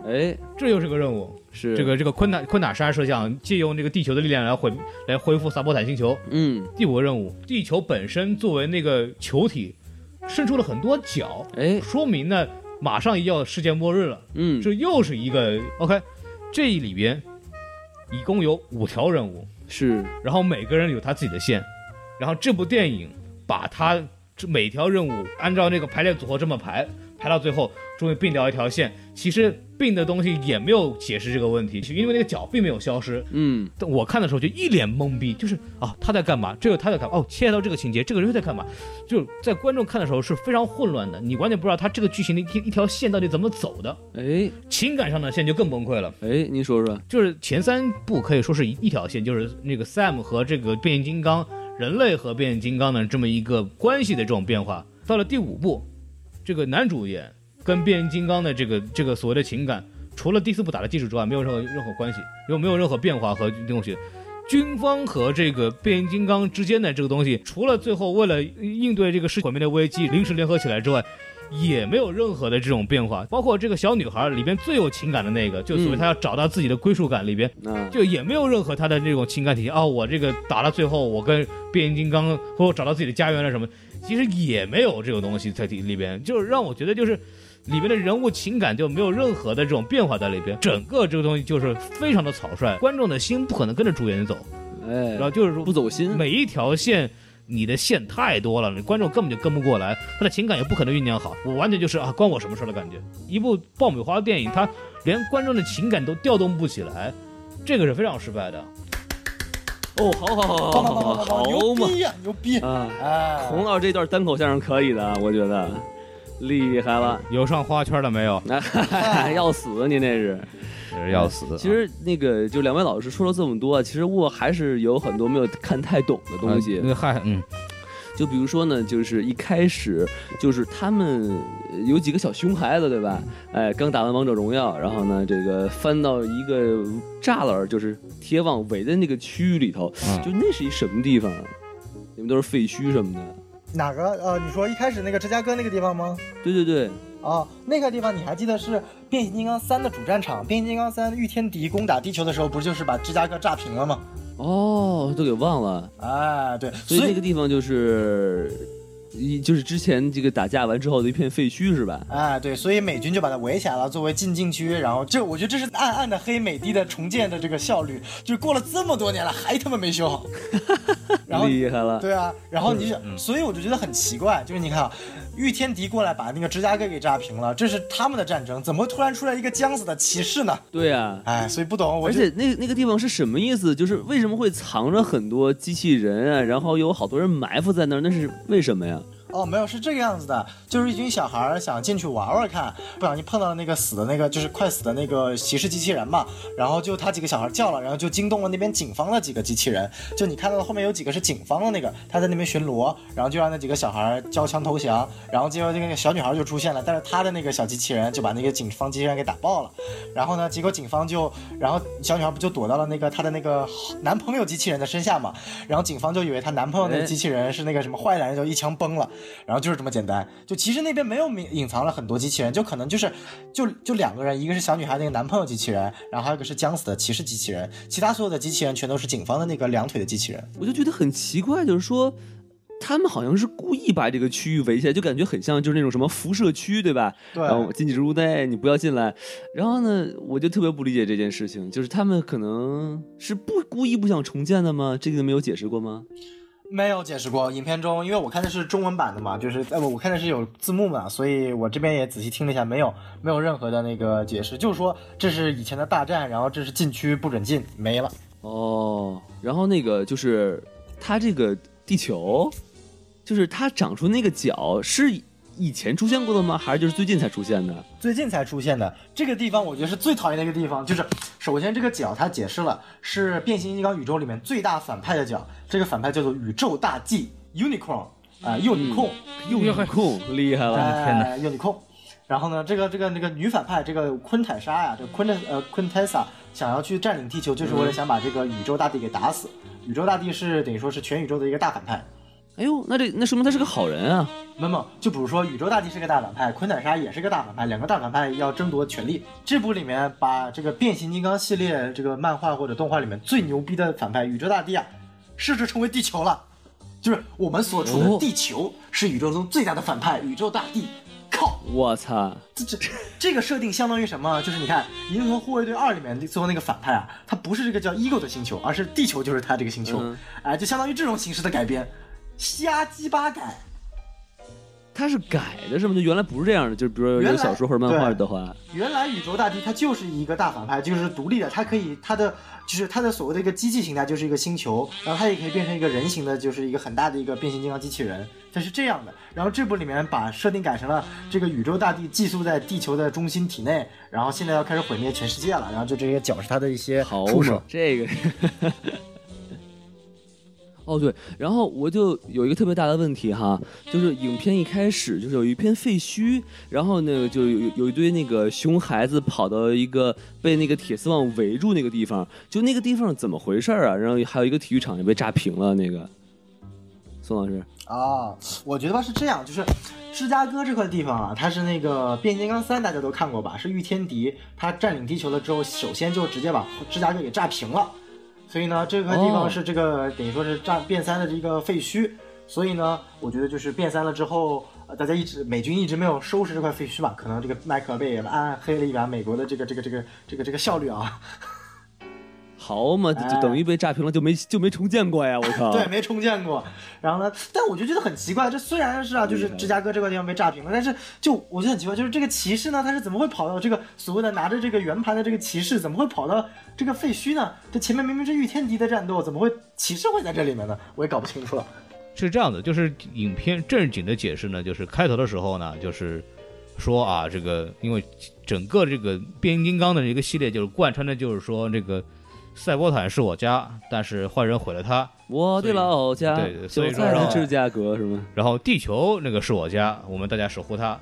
C: 哎，
B: 这又是个任务。
C: 是
B: 这，个这个昆塔昆塔沙摄像借用这个地球的力量来毁来恢复萨博坦星球。
C: 嗯，
B: 第五个任务，地球本身作为那个球体，伸出了很多角，
C: 哎，
B: 说明呢马上要世界末日了。
C: 嗯，
B: 这又是一个 OK，这里边一共有五条任务，
C: 是，
B: 然后每个人有他自己的线，然后这部电影把他这每条任务按照那个排列组合这么排，排到最后终于并掉一条线。其实并的东西也没有解释这个问题，因为那个脚并没有消失。
C: 嗯，
B: 但我看的时候就一脸懵逼，就是啊他在干嘛？这个他在干嘛？哦，切到这个情节，这个人又在干嘛？就在观众看的时候是非常混乱的，你完全不知道他这个剧情的一一条线到底怎么走的。
C: 哎，
B: 情感上的线就更崩溃了。
C: 哎，您说说，
B: 就是前三部可以说是一一条线，就是那个 Sam 和这个变形金刚，人类和变形金刚的这么一个关系的这种变化。到了第五部，这个男主演跟变形金刚的这个这个所谓的情感，除了第四部打的基础之外，没有任何任何关系，又没有任何变化和东西。军方和这个变形金刚之间的这个东西，除了最后为了应对这个世界毁灭的危机临时联合起来之外，也没有任何的这种变化。包括这个小女孩里边最有情感的那个，就所谓她要找到自己的归属感里边，
C: 那
B: 就也没有任何她的这种情感体现啊。我这个打到最后，我跟变形金刚或者找到自己的家园了什么，其实也没有这种东西在里里边，就是让我觉得就是。里面的人物情感就没有任何的这种变化在里边，整个这个东西就是非常的草率，观众的心不可能跟着主演走，
C: 哎
B: 然，后就是说
C: 不走心，
B: 每一条线，你的线太多了，你观众根本就跟不过来，他的情感也不可能酝酿好。我完全就是啊，关我什么事儿的感觉。一部爆米花电影，它连观众的情感都调动不起来，这个是非常失败的。
C: 哦，好好好
D: 棒棒
C: 好
D: 棒
C: 好
D: 棒棒棒，
C: 好
D: 牛
C: 嘛，
D: 逼呀，牛逼！
C: 啊，
D: 哎，
C: 孔老师这段单口相声可以的，我觉得厉害了，啊
B: 有上花圈的没有？
C: 要死啊您这是。
B: 要死、啊
C: 其实那个就两位老师说了这么多啊，其实我还是有很多没有看太懂的东西。
B: 嗨，嗯，
C: 就比如说呢，就是一开始就是他们呃有几个小熊孩子，对吧？哎，刚打完王者荣耀，然后呢，这个翻到一个栅栏，就是铁网围的那个区域里头，
B: 嗯
C: 就那是一什么地方啊？你们都是废墟什么的。
D: 哪个？呃，你说一开始那个芝加哥那个地方吗？
C: 对对对，
D: 啊，那个地方你还记得是《变形金刚三》的主战场，《变形金刚三》御天敌攻打地球的时候，不就是把芝加哥炸平了吗？
C: 哦，都给忘了。
D: 哎，对，
C: 所
D: 所
C: 以那个地方就是，一就是之前这个打架完之后的一片废墟是吧？
D: 哎，对，所以美军就把它围起来了，作为禁禁区。然后这，我觉得这是暗暗的黑美帝的重建的这个效率，就是过了这么多年了，还他妈没修好。然后
C: 厉害了，
D: 对啊，然后你就，所以我就觉得很奇怪，就是你看啊，御天敌过来把那个芝加哥给炸平了，这是他们的战争，怎么会突然出来一个将死的骑士呢？
C: 对啊，
D: 哎，所以不懂，我
C: 而
D: 就
C: 且那那个地方是什么意思？就是为什么会藏着很多机器人啊？然后有好多人埋伏在那儿，那是为什么呀？
D: 哦，没有，是这个样子的，就是一群小孩儿想进去玩玩看，不小心碰到了那个死的那个，就是快死的那个骑士机器人嘛，然后就他几个小孩叫了，然后就惊动了那边警方的几个机器人，就你看到的后面有几个是警方的那个，他在那边巡逻，然后就让那几个小孩儿交枪投降，然后结果那个小女孩就出现了，但是她的那个小机器人就把那个警方机器人给打爆了，然后呢，结果警方就，然后小女孩不就躲到了那个她的那个男朋友机器人的身下嘛，然后警方就以为她男朋友那个机器人是那个什么坏男人，就一枪崩了。然后就是这么简单。就其实那边没有隐隐藏了很多机器人，就可能就是就就两个人，一个是小女孩那个男朋友机器人，然后还有一个是将死的骑士机器人，其他所有的机器人全都是警方的那个两腿的机器人。
C: 我就觉得很奇怪，就是说。他们好像是故意把这个区域围起来，就感觉很像就是那种什么辐射区，对吧？
D: 对
C: 然后禁止入内，你不要进来。然后呢，我就特别不理解这件事情，就是他们可能是不故意不想重建的吗？这个没有解释过吗？
D: 没有解释过，影片中，因为我看的是中文版的嘛，就是呃，我我看的是有字幕嘛，所以我这边也仔细听了一下，没有没有任何的那个解释，就是说这是以前的大战，然后这是禁区不准进，没了。
C: 哦，然后那个就是它这个地球，就是它长出那个角是以前出现过的吗？还是就是最近才出现的？
D: 最近才出现的这个地方，我觉得是最讨厌的一个地方，就是首先这个角，它解释了是变形金刚宇宙里面最大反派的角，这个反派叫做宇宙大 G Unicorn 啊、幼女控，
C: 又
B: 又
C: 有控厉害了，
B: 天哪
D: 哎，幼女控。然后呢，这个这个那个女反派，这个昆坦莎呀，这昆特呃昆泰萨想要去占领地球，就是为了想把这个宇宙大帝给打死。宇宙大帝是等于说是全宇宙的一个大反派，
C: 哎呦，那这那说明他是个好人啊！
D: 那么就比如说，宇宙大帝是个大反派，昆坦莎也是个大反派，两个大反派要争夺权力。这部里面把这个变形金刚系列这个漫画或者动画里面最牛逼的反派宇宙大帝啊，设置成为地球了，就是我们所处
C: 哦
D: 的地球是宇宙中最大的反派，宇宙大帝。靠，
C: 我操，
D: 这这这个设定相当于什么？就是你看《银河护卫队二》里面最后那个反派啊，他不是这个叫 Ego 的星球，而是地球就是他这个星球，
C: 嗯
D: 哎，就相当于这种形式的改编，瞎鸡巴改。
C: 他是改的是吗？就原来不是这样的，就是比如说
D: 原
C: 有
D: 来
C: 小说或者漫画的话，
D: 原来宇宙大帝他就是一个大反派，就是独立的，他可以他的就是他的所谓的一个机器形态就是一个星球，然后他也可以变成一个人形的，就是一个很大的一个变形金刚机器人，它是这样的。然后这部里面把设定改成了这个宇宙大帝寄宿在地球的中心体内，然后现在要开始毁灭全世界了，然后就这些角是他的一些
C: 好
D: 触手
C: 嘛，这个。哦对，然后我就有一个特别大的问题哈，就是影片一开始就是有一片废墟，然后呢就有有有一堆那个熊孩子跑到一个被那个铁丝网围住那个地方，就那个地方怎么回事儿啊？然后还有一个体育场也被炸平了，那个宋老师，
D: 啊，我觉得吧是这样，就是芝加哥这块地方啊，它是那个《变形金刚三》，大家都看过吧？是御天敌，他占领地球了之后，首先就直接把芝加哥给炸平了。所以呢，这块地
C: 哦
D: 方是这个、等于说是炸变三的这个废墟。所以呢，我觉得就是变三了之后，呃大家一直美军一直没有收拾这块废墟嘛，可能这个麦克贝也暗黑了一把美国的这个这个这个这个这个效率啊，
C: 好嘛，就就等于被炸平了，就没就没重建过呀！我靠，
D: 对，没重建过。然后呢，但我就觉得很奇怪，这虽然是啊，就是芝加哥这块地方被炸平了，但是就我就很奇怪，就是这个骑士呢，他是怎么会跑到这个所谓的拿着这个圆盘的这个骑士，怎么会跑到这个废墟呢？这前面明明是御天敌的战斗，怎么会骑士会在这里面呢？我也搞不清楚了。
B: 是这样的，就是影片正经的解释呢，就是开头的时候呢，就是说啊，这个因为整个这个变形金刚的一个系列，就是贯穿的，就是说这个赛博坦是我家，但是坏人毁了它，
C: 我的老家
B: 所以对所
C: 就
B: 以说
C: 在
B: 然
D: 后
C: 芝加哥是吗？
B: 然后地球那个是我家，我们大家守护它。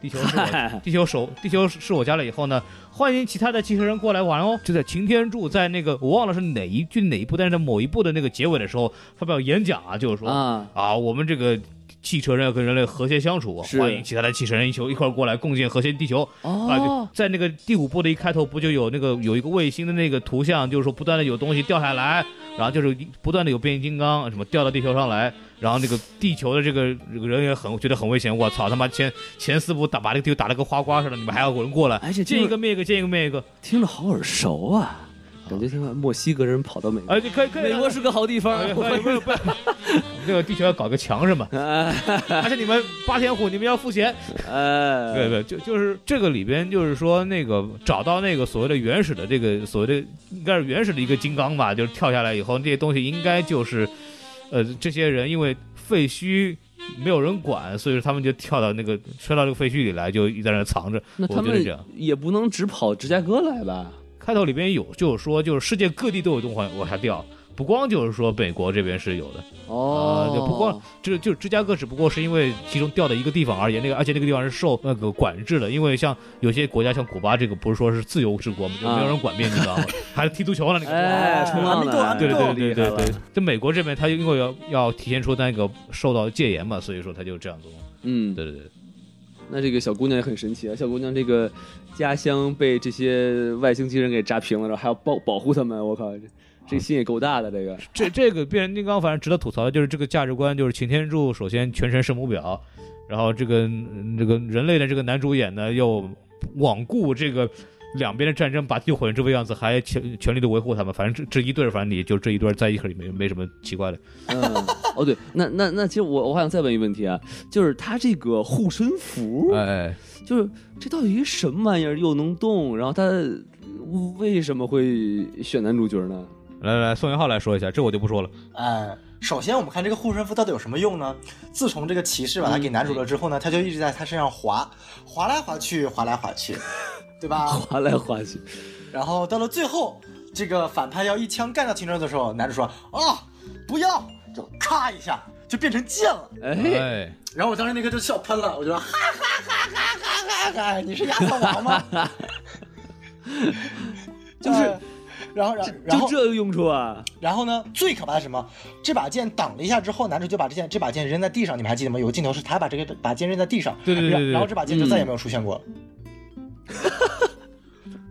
B: 地球是我，地球守，地球是我家了以后呢，欢迎其他的机器人过来玩哦。就在擎天柱在那个我忘了是哪一句哪一部，但是在某一部的那个结尾的时候发表演讲啊，就是说
C: 啊，
B: 啊，我们这个汽车人要跟人类和谐相处，
C: 是
B: 欢迎其他的汽车人一球一块儿过来共建和谐地球。啊，就
C: 哦，
B: 在那个第五部的一开头，不就有那个有一个卫星的那个图像，就是说不断的有东西掉下来，然后就是不断的有变形金刚什么掉到地球上来，然后那个地球的这个这个人也很觉得很危险，我操他妈前前四部打把这个 地球打了个花瓜似的，你们还要有人过来，
C: 而且就
B: 见
C: 是
B: 一个灭一个，见一个灭一个，
C: 听着好耳熟啊！感觉他妈墨西哥人跑到美国，
B: 啊，你可以可以，
C: 美国是个好地方。
B: 哎哎不是 不是这个地球要搞个墙是吗？而且你们八千户，你们要付钱。
C: 哎，
B: 对对，就就是这个里边，就是说那个找到那个所谓的原始的这个所谓的应该是原始的一个金刚吧，就是跳下来以后，这些东西应该就是，呃，这些人因为废墟没有人管，所以说他们就跳到那个摔到这个废墟里来，就一直在那藏着。
C: 那他
B: 我觉得这
C: 们
B: 样
C: 也不能只跑芝加哥来吧？
B: 开头里边有就是说，就是世界各地都有动画往下掉，不光就是说美国这边是有的，
C: 哦，
B: 对不光这啊就芝加哥只不过是因为其中掉的一个地方而言，那个而且那个地方是受那个管制的，因为像有些国家像古巴这个不是说是自由之国嘛，就没有人管面你知道吗？还踢足球呢，那个。
C: 哎，啊冲浪的，
D: 阿米
B: 对
D: 多阿
B: 对
D: 米
B: 对对对对，这美国这边他因为要要体现出那个受到戒严嘛，所以说他就这样做。
C: 嗯，
B: 对对对，
C: 那这个小姑娘也很神奇啊，小姑娘这个家乡被这些外星机人给炸平了，然后还要保保护他们，我靠，这这心也够大的，这个
B: 这这个变形金刚反正值得吐槽的就是这个价值观，就是擎天柱首先全程圣母婊，然后这个嗯这个人类的这个男主演呢又罔顾这个两边的战争，把地球毁成这副样子，还全全力的维护他们。反正这这一对儿，反正你就这一对儿在一起没没什么奇怪的。
C: 嗯，哦对，那那那其实我我还想再问一个问题啊，就是他这个护身符，
B: 哎，
C: 就是这到底什么玩意儿又能动，然后他为什么会选男主角呢？
B: 来来来，宋元浩来说一下，这我就不说了。
D: 哎，首先我们看这个护身符到底有什么用呢？自从这个骑士把它给拿住了之后呢，他就一直在他身上滑，滑来滑去，滑来滑去，对吧？
C: 滑来滑去，
D: 然后到了最后，这个反派要一枪干掉秦州的时候，男主说：“啊，不要！”就咔一下就变成剑了。
C: 哎，
B: 哎，
D: 然后我当时那个就笑喷了，我就说：“哈哈哈哈哈哈！你是亚瑟王吗？”
C: 就是
D: 哎，然后，然后，然
C: 就
D: 后，
C: 这个用处啊？
D: 然后呢？最可怕的是什么？这把剑挡了一下之后，男主就把这剑这把剑扔在地上。你们还记得吗？有个镜头是他把这个把剑扔在地上，
B: 对对对对对
D: 然后这把剑就再也没有出现过了。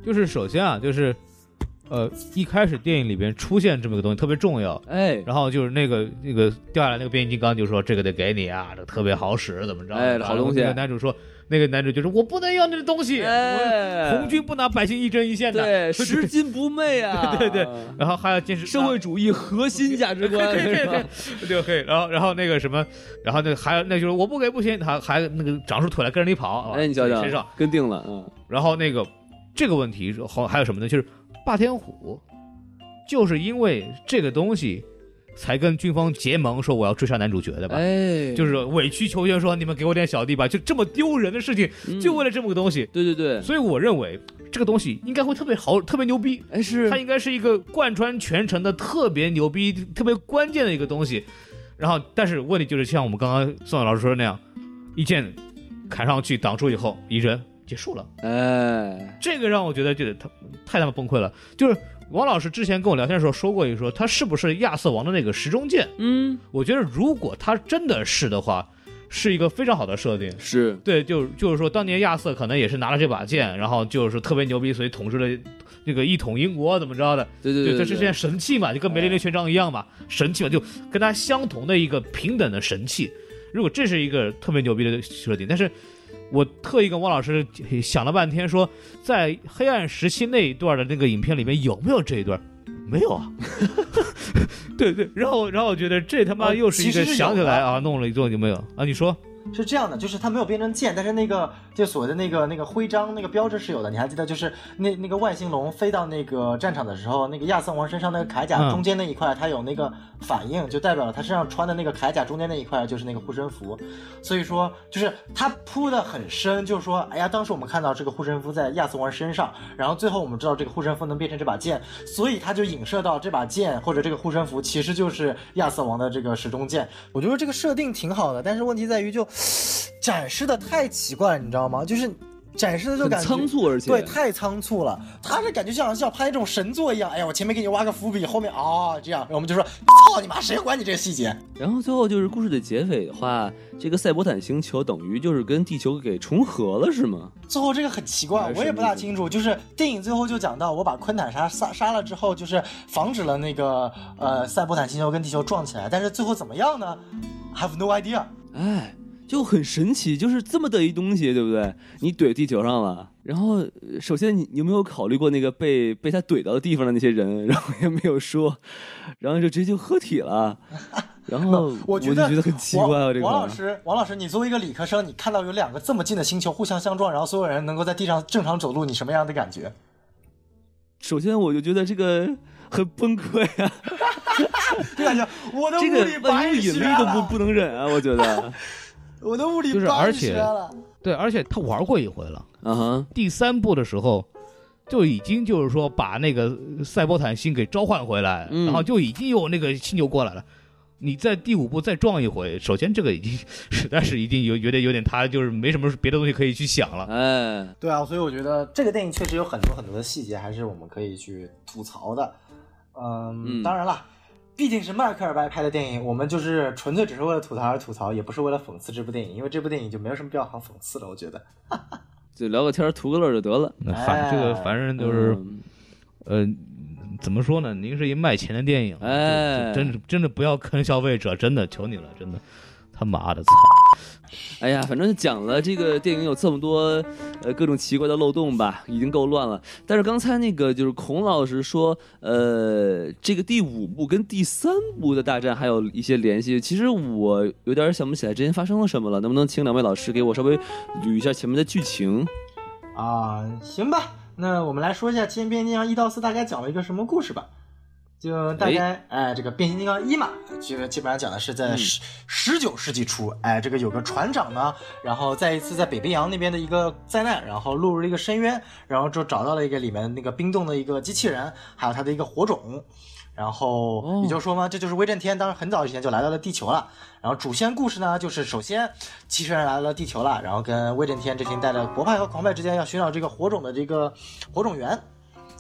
B: 就是首先啊，就是呃一开始电影里边出现这么个东西特别重要，
C: 哎，
B: 然后就是那个那个掉下来那个变形金刚就说这个得给你啊，这个特别好使，怎么着？
C: 哎好东西
B: 然后那个男主说，那个男主就说我不能要那个东西，
C: 哎
B: 我红军不拿百姓一针一线的。
C: 对，拾金不昧啊，
B: 对对对，然后还要坚持啊
C: 社会主义核心价值观，是吧
B: 就可以，然后然后那个什么，然后那个还有那就是我不给不行，还还那个长出腿来跟着你跑，啊
C: 哎，你瞧瞧
B: 身上，，
C: 跟定了，嗯，
B: 然后那个这个问题是后还有什么呢？就是霸天虎，就是因为这个东西才跟军方结盟，说我要追杀男主角的吧？
C: 哎，
B: 就是委曲求全说你们给我点小弟吧，就这么丢人的事情，
C: 嗯
B: 就为了这么个东西。
C: 对对对，
B: 所以我认为这个东西应该会特别好，特别牛逼。
C: 哎是
B: 它应该是一个贯穿全程的特别牛逼、特别关键的一个东西。然后，但是问题就是像我们刚刚宋老师说的那样，一剑砍上去挡住以后，一人结束了。
C: 哎，
B: 这个让我觉得就是他太他妈崩溃了。就是王老师之前跟我聊天的时候说过一说，他是不是亚瑟王的那个时钟剑？
C: 嗯，
B: 我觉得如果他真的是的话，是一个非常好的设定。
C: 是，
B: 对，就是就是说，当年亚瑟可能也是拿了这把剑，然后就是特别牛逼，所以统治了那个一统英国怎么着的？
C: 对对
B: 对，哎
C: 对
B: 这是件神器嘛，就跟梅林的权杖一样嘛，神器嘛，就跟他相同的一个平等的神器。如果这是一个特别牛逼的设定，但是我特意跟汪老师想了半天说，在黑暗时期那一段的那个影片里面有没有这一段？没有啊， 对对，然后然后我觉得这他妈
D: 呃
B: 又哦是一
D: 其
B: 个
D: 实是有
B: 想起来
D: 的
B: 啊，弄了一顿就没有啊？你说
D: 是这样的，就是他没有变成剑，但是那个就所谓的那个那个徽章那个标志是有的。你还记得，就是那那个外星龙飞到那个战场的时候，那个亚瑟王身上那个铠甲
B: 嗯
D: 中间那一块，它有那个反应，就代表了他身上穿的那个铠甲中间那一块就是那个护身符。所以说，就是他铺的很深，就是说，哎呀，当时我们看到这个护身符在亚瑟王身上，然后最后我们知道这个护身符能变成这把剑，所以他就影射到这把剑或者这个护身符其实就是亚瑟王的这个时钟剑。我觉得这个设定挺好的，但是问题在于就展示的太奇怪，你知道吗？就是展示的就
C: 很
D: 感觉
C: 仓促，而且
D: 对，太仓促了。他这感觉像像拍那种神作一样，哎呀，我前面给你挖个伏笔，后面啊、哦、这样，然后我们就说，操你妈，谁管你这个细节？
C: 然后最后就是故事的结尾的话，这个赛博坦星球等于就是跟地球给重合了，是吗？
D: 最后这个很奇
C: 还
D: 怪，
C: 是
D: 我也不大清楚。就是电影最后就讲到，我把昆坦杀杀杀了之后，就是防止了那个呃赛博坦星球跟地球撞起来，但是最后怎么样呢？I have no idea。
C: 哎，就很神奇，就是这么的一东西，对不对？你怼地球上了，然后呃首先你你有没有考虑过那个被被他怼到的地方的那些人， 然后也没有说，然后就直接就合体了，然后
D: 我
C: 就
D: 觉
C: 觉得很奇怪啊，
D: 王
C: 这个
D: 王老师，王老师，你作为一个理科生，你看到有两个这么近的星球互相相撞，然后所有人能够在地上正常走路，你什么样的感觉？
C: 首先我就觉得这个很崩溃 啊，
D: 就感觉我的
C: 这
D: 物
C: 个
D: 理白
C: 万有引
D: 学
C: 力都不
D: 了，
C: 不能忍啊，我 觉得，
D: 我的物理
B: 就是
D: 白
B: 而
D: 学
B: 且
D: 了。
B: 对，而且他玩过一回了，
C: 啊哈，
B: 第三部的时候。就已经就是说把那个赛博坦星给召唤回来，
C: 嗯
B: 然后就已经有那个星球过来了。你在第五部再撞一回，首先这个已经实在是已经有有点有点他就是没什么别的东西可以去想了。
C: 哎，
D: 对啊，所以我觉得这个电影确实有很多很多的细节，还是我们可以去吐槽的。嗯，
C: 嗯
D: 当然了，毕竟是迈克尔bay拍的电影，我们就是纯粹只是为了吐槽而吐槽，也不是为了讽刺这部电影，因为这部电影就没有什么必要好讽刺了。我觉得，
C: 就聊个天儿图个乐就得了，
B: 那反这个
D: 哎
B: 反正就是
C: 嗯
B: 呃，怎么说呢？您是一卖钱的电影，
C: 哎
B: 就就真的真的不要坑消费者，真的求你了，真的，他妈的操！
C: 哎呀，反正讲了这个电影有这么多呃各种奇怪的漏洞吧，已经够乱了。但是刚才那个就是孔老师说，呃，这个第五部跟第三部的大战还有一些联系。其实我有点想不起来之前发生了什么了，能不能请两位老师给我稍微捋一下前面的剧情？
D: 啊、行吧，那我们来说一下《天边金刚》一到四大概讲了一个什么故事吧。就大概哎、这个变形金刚一嘛，这个基本上讲的是在
C: 嗯
D: 十十九世纪初，哎，这个有个船长呢，然后在一次在北冰洋那边的一个灾难，然后落入了一个深渊，然后就找到了一个里面那个冰冻的一个机器人，还有它的一个火种。然
C: 哦
D: 后也就是说嘛，这就是威震天，当时很早以前就来到了地球了。然后主线故事呢，就是首先机器人来到了地球了，然后跟威震天这群带着博派和狂派之间要寻找这个火种的这个火种源。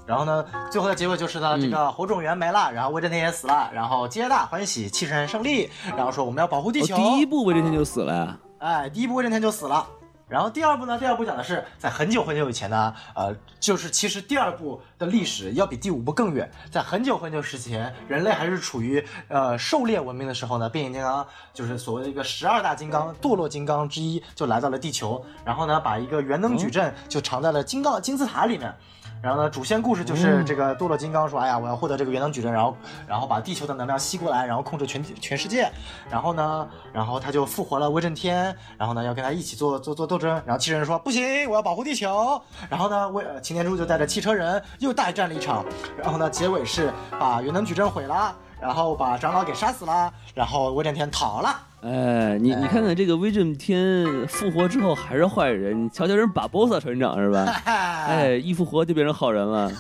D: 然后呢，最后的结果就是呢，这
C: 嗯
D: 个火种源没了，然后威震天也死了，然后皆大欢喜，气神胜利，然后说我们要保护地
C: 哦啊
D: 球。
C: 第一部威震天就死了呀？
D: 哎，第一部威震天就死了。然后第二部呢？第二部讲的是在很久很久以前呢，呃，就是其实第二部的历史要比第五部更远，在很久很久之前，人类还是处于呃狩猎文明的时候呢，变形金刚就是所谓的一个十二大金刚堕落金刚之一，就来到了地球，然后呢，把一个圆灯矩阵就藏在了金刚金字塔里面。然后呢，主线故事就是这个堕落金刚说：“哎呀，我要获得这个元能矩阵，然后，然后把地球的能量吸过来，然后控制全体全世界。然后呢，然后他就复活了威震天，然后呢要跟他一起做做做斗争。然后汽车人说不行，我要保护地球。然后呢，威呃擎天柱就带着汽车人又大战了一场。然后呢，结尾是把元能矩阵毁了，然后把长老给杀死了，然后威震天逃了。
C: 哎，你你看看这个威震天复活之后还是坏人，你瞧瞧人巴博萨船长是吧？哎，一复活就变成好人 了。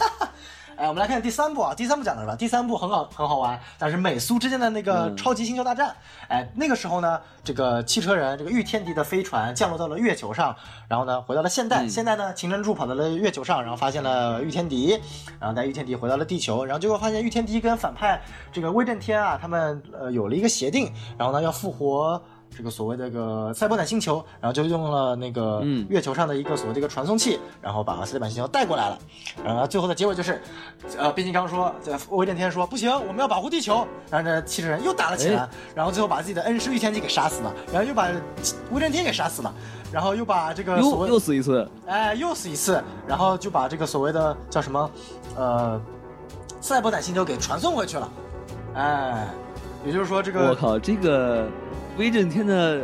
D: 哎，我们来看第三部啊，第三部讲的是什么？第三部很好，很好玩，但是美苏之间的那个
C: 嗯
D: 超级星球大战。哎，那个时候呢，这个汽车人，这个御天敌的飞船降落到了月球上，然后呢，回到了现代。现代呢，擎天柱跑到了月球上，然后发现了御天敌，然后带御天敌回到了地球，然后结果发现御天敌跟反派这个威震天啊，他们呃有了一个协定，然后呢要复活。这个所谓的这个赛博坦星球，然后就用了那个
C: 嗯
D: 月球上的一个所谓的一个传送器，然后把赛博坦星球带过来了。然后最后的结果就是，呃，变形金刚说，这威震天说不行，我们要保护地球。然后这汽车人又打了起来，
C: 哎
D: 然后最后把自己的恩师御天机给杀死了，然后又把威震天给杀死了，然后又把这个所
C: 又
D: 谓
C: 又死一次，
D: 哎，又死一次，然后就把这个所谓的叫什么，呃，赛博坦星球给传送回去了，哎，也就是说这
C: 我
D: 个
C: 靠，这个威震天的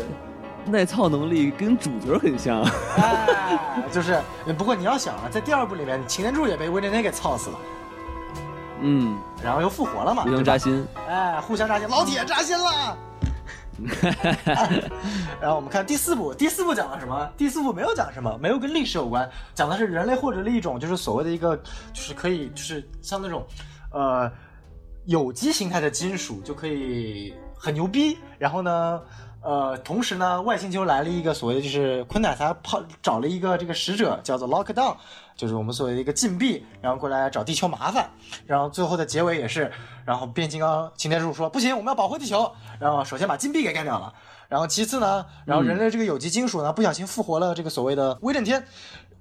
C: 耐操能力跟主角 很像。
D: 哎，就是不过你要想啊，在第二部里面，擎天柱也被威震天给操死了，
C: 嗯，
D: 然后又复活了嘛，
C: 互
D: 啊对
C: 相
D: 吧
C: 扎？心。
D: 哎，互相扎心，老铁扎心了。然后我们看第四部，第四部讲了什么？第四部没有讲什么，没有跟历史有关，讲的是人类获得了一种就是所谓的一个，就是可以就是像那种，呃，有机形态的金属就可以很牛逼。然后呢，呃，同时呢，外星球来了一个所谓的就是昆塔萨泡找了一个这个使者叫做 Lockdown，就是我们所谓的一个禁闭，然后过来找地球麻烦。然后最后的结尾也是，然后变形金刚擎天柱说不行，我们要保护地球。然后首先把禁闭给干掉了，然后其次呢，然后人类这个有机金属呢不小心复活了这个所谓的威震天，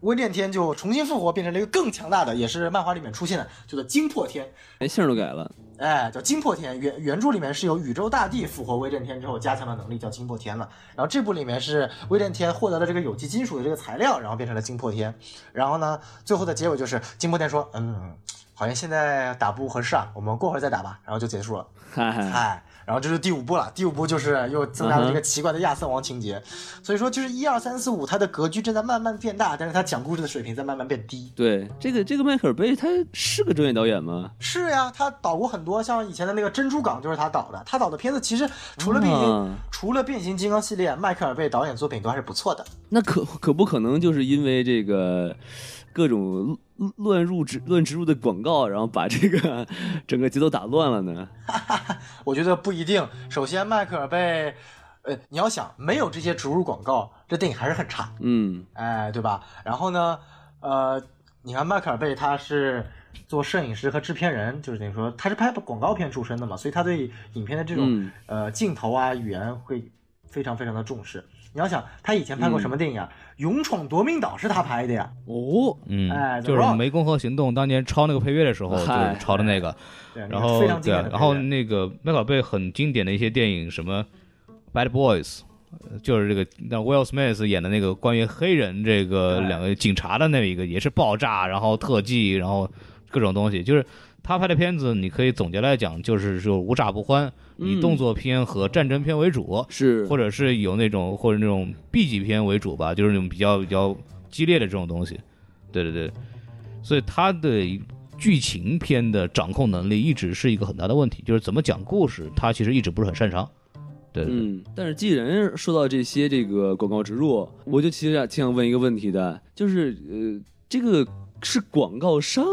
D: 威震天就重新复活，变成了一个更强大的，也是漫画里面出现的，叫做惊破天。
C: 连姓儿都改了，
D: 哎，叫惊破天。原原著里面是由宇宙大帝复活威震天之后加强的能力叫惊破天了，然后这部里面是威震天获得了这个有机金属的这个材料，然后变成了惊破天。然后呢，最后的结尾就是惊破天说，嗯，好像现在打不合适啊，我们过会儿再打吧，然后就结束了。
C: 嗨嗨，
D: 哎，然后这是第五部了，第五部就是又增加了这个奇怪的亚瑟王情节，所以说就是一二三四五，它的格局正在慢慢变大，但是它讲故事的水平在慢慢变低。
C: 对，这个这个迈克尔贝他是个专业导演吗？
D: 是呀，他导过很多，像以前的那个《珍珠港》就是他导的，他导的片子其实除了变形、
C: 啊
D: 除了变形金刚系列，迈克尔贝导演作品都还是不错的。
C: 那可可不可能就是因为这个各种乱乱入植乱植入的广告，然后把这个 整个节奏打乱了呢？
D: 我觉得不一定。首先，迈克尔贝，呃，你要想没有这些植入广告，这电影还是很差。
C: 嗯，
D: 哎，对吧？然后呢，呃，你看迈克尔贝他是做摄影师和制片人，就是等于说他是拍广告片出身的嘛，所以他对影片的这种、
C: 嗯
D: 呃镜头啊、语言会非常非常的重视。你要想他以前拍
B: 嗯
D: 过什么电影啊，勇闯夺命岛》是他拍的呀，
C: 哦，
D: 哎
B: 嗯，
D: ，The
B: 就是《
D: Rock
B: 湄公河行动》当年抄那个配乐的时候，就是
C: 嗨
B: 抄的那个。
D: 对，
B: 然后
D: 非常
B: 对
D: 经典
B: 啊，
D: 的
B: 然后
D: 片子
B: 那个迈克尔贝很经典的一些电影，什么《Bad Boys》，呃就是这个那 Will Smith 演的那个关于黑人这个
D: 对
B: 两个警察的那一个，也是爆炸，然后特技，然后各种东西，就是他拍的片子，你可以总结来讲，就是说无炸不欢，以
C: 嗯
B: 动作片和战争片为主，
C: 是，
B: 或者是有那种或者那种 B 级片为主吧，就是那种比较比较激烈的这种东西。对对对，所以他的剧情片的掌控能力一直是一个很大的问题，就是怎么讲故事，他其实一直不是很擅长。对对对，
C: 嗯，但是既然说到这些这个广告植入，我就其实挺想问一个问题的，就是呃，这个是广告商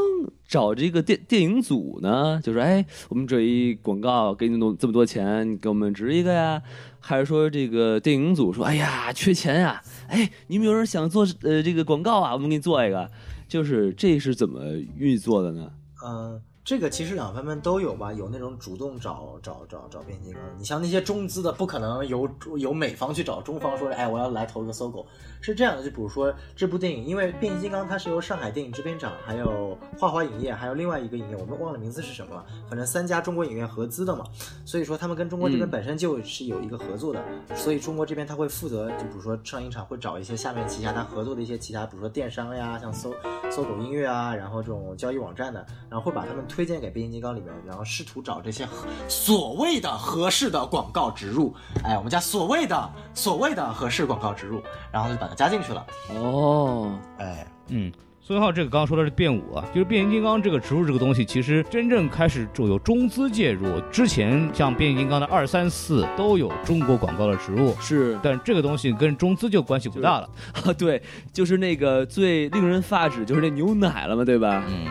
C: 找这个电电影组呢，就是哎，我们这一广告给你弄这么多钱，你给我们植一个呀？还是说这个电影组说，哎呀，缺钱呀、哎，你们有人想做呃这个广告啊，我们给你做一个，就是这是怎么运作的呢？
D: 嗯，这个其实两方面都有吧，有那种主动找找找找变形金刚的，你像那些中资的，不可能由由美方去找中方说，哎，我要来投一个搜狗，是这样的。就比如说这部电影，因为变形金刚它是由上海电影制片厂、还有画华影业、还有另外一个影业，我们忘了名字是什么了，反正三家中国影院合资的嘛，所以说他们跟中国这边
C: 嗯
D: 本身就是有一个合作的，所以中国这边他会负责，就比如说上影厂会找一些下面旗下他合作的一些其他，比如说电商呀，像搜搜狗音乐啊，然后这种交易网站的，然后会把他们推荐给变形金刚里面，然后试图找这些合所谓的合适的广告植入，哎，我们家所谓的所谓的合适广告植入，然后就把它加进去了，
C: 哦，
D: 哎，
B: 嗯。孙浩这个刚刚说的是变五啊，就是变形金刚这个植入这个东西，其实真正开始就有中资介入。之前像变形金刚的二三四都有中国广告的植入，
C: 是
B: 但这个东西跟中资就关系不大了。
C: 啊， 对，就是那个最令人发指，就是那牛奶了嘛，对吧？
B: 嗯，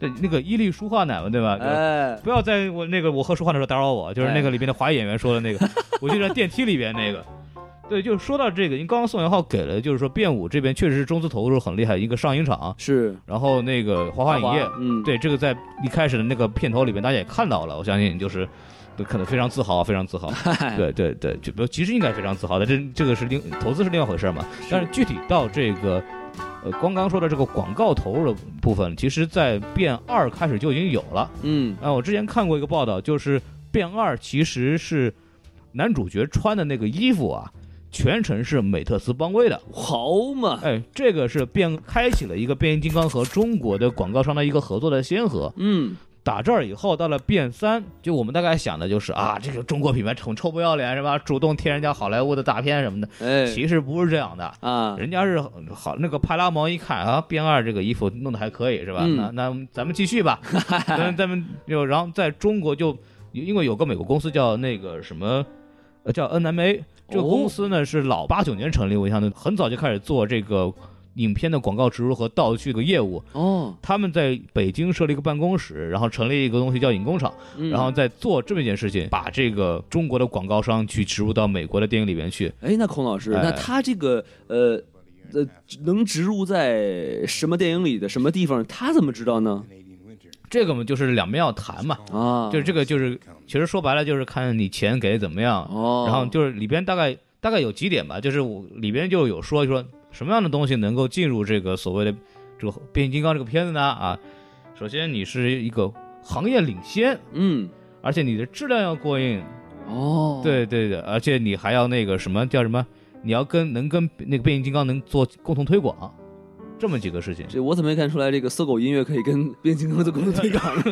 B: 对，那个伊利舒化奶嘛，对吧？呃
C: 哎，
B: 不要在我那个我喝舒化奶的时候打扰我，就是那个里边的华裔演员说的 那个，我就在电梯里边那个。对，就是说到这个，因为刚刚宋元浩给了，就是说变五这边确实是中资投入很厉害，一个上影厂，
C: 是
B: 然后那个华华影业，
C: 嗯，，
B: 对这个在一开始的那个片头里边大家也看到了，我相信就是。都可能非常自豪，非常自豪。 对对对，就不其实应该非常自豪的，这这个是另投资是另外回事儿嘛。但是具体到这个，呃，刚刚说的这个广告投入的部分，其实在变二开始就已经有了。
C: 嗯，
B: 啊，我之前看过一个报道，就是变二其实是男主角穿的那个衣服啊，全程是美特斯邦威的。
C: 好嘛，
B: 哎，这个是变开启了一个变形金刚和中国的广告商的一个合作的先河。
C: 嗯，
B: 打这儿以后，到了变三，就我们大概想的就是啊，这个中国品牌很臭不要脸是吧？主动贴人家好莱坞的大片什么的，
C: 哎，
B: 其实不是这样的。
C: 啊，
B: 人家是好那个派拉蒙一看啊，变二这个衣服弄得还可以是吧？
C: 嗯
B: 那那咱们继续 吧，咱咱们就然后在中国就因为有个美国公司叫那个什么，呃叫 NMA，这个公司呢、
C: 哦
B: 是老八九年成立，我想很早就开始做这个影片的广告植入和道具的业务。
C: 哦，
B: 他们在北京设立一个办公室，然后成立一个东西叫影工厂，
C: 嗯
B: 然后，在做这么一件事情，把这个中国的广告商去植入到美国的电影里边去。
C: 哎，那孔老师，
B: 哎
C: 那他这个呃呃，能植入在什么电影里的什么地方？他怎么知道呢？
B: 这个嘛，就是两边要谈嘛。
C: 啊，
B: 就是这个，就是其实说白了，就是看你钱给的怎么样。
C: 哦，
B: 然后就是里边大概大概有几点吧，就是我里边就有说，就说什么样的东西能够进入这个所谓的这个变形金刚这个片子呢？啊，首先你是一个行业领先，
C: 嗯，
B: 而且你的质量要过硬，
C: 哦，，
B: 对对的，而且你还要那个什么叫什么，你要跟能跟那个变形金刚能做共同推广，这么几个事情。
C: 这我怎么没看出来这个搜狗音乐可以跟变形金刚的公司推 广呢？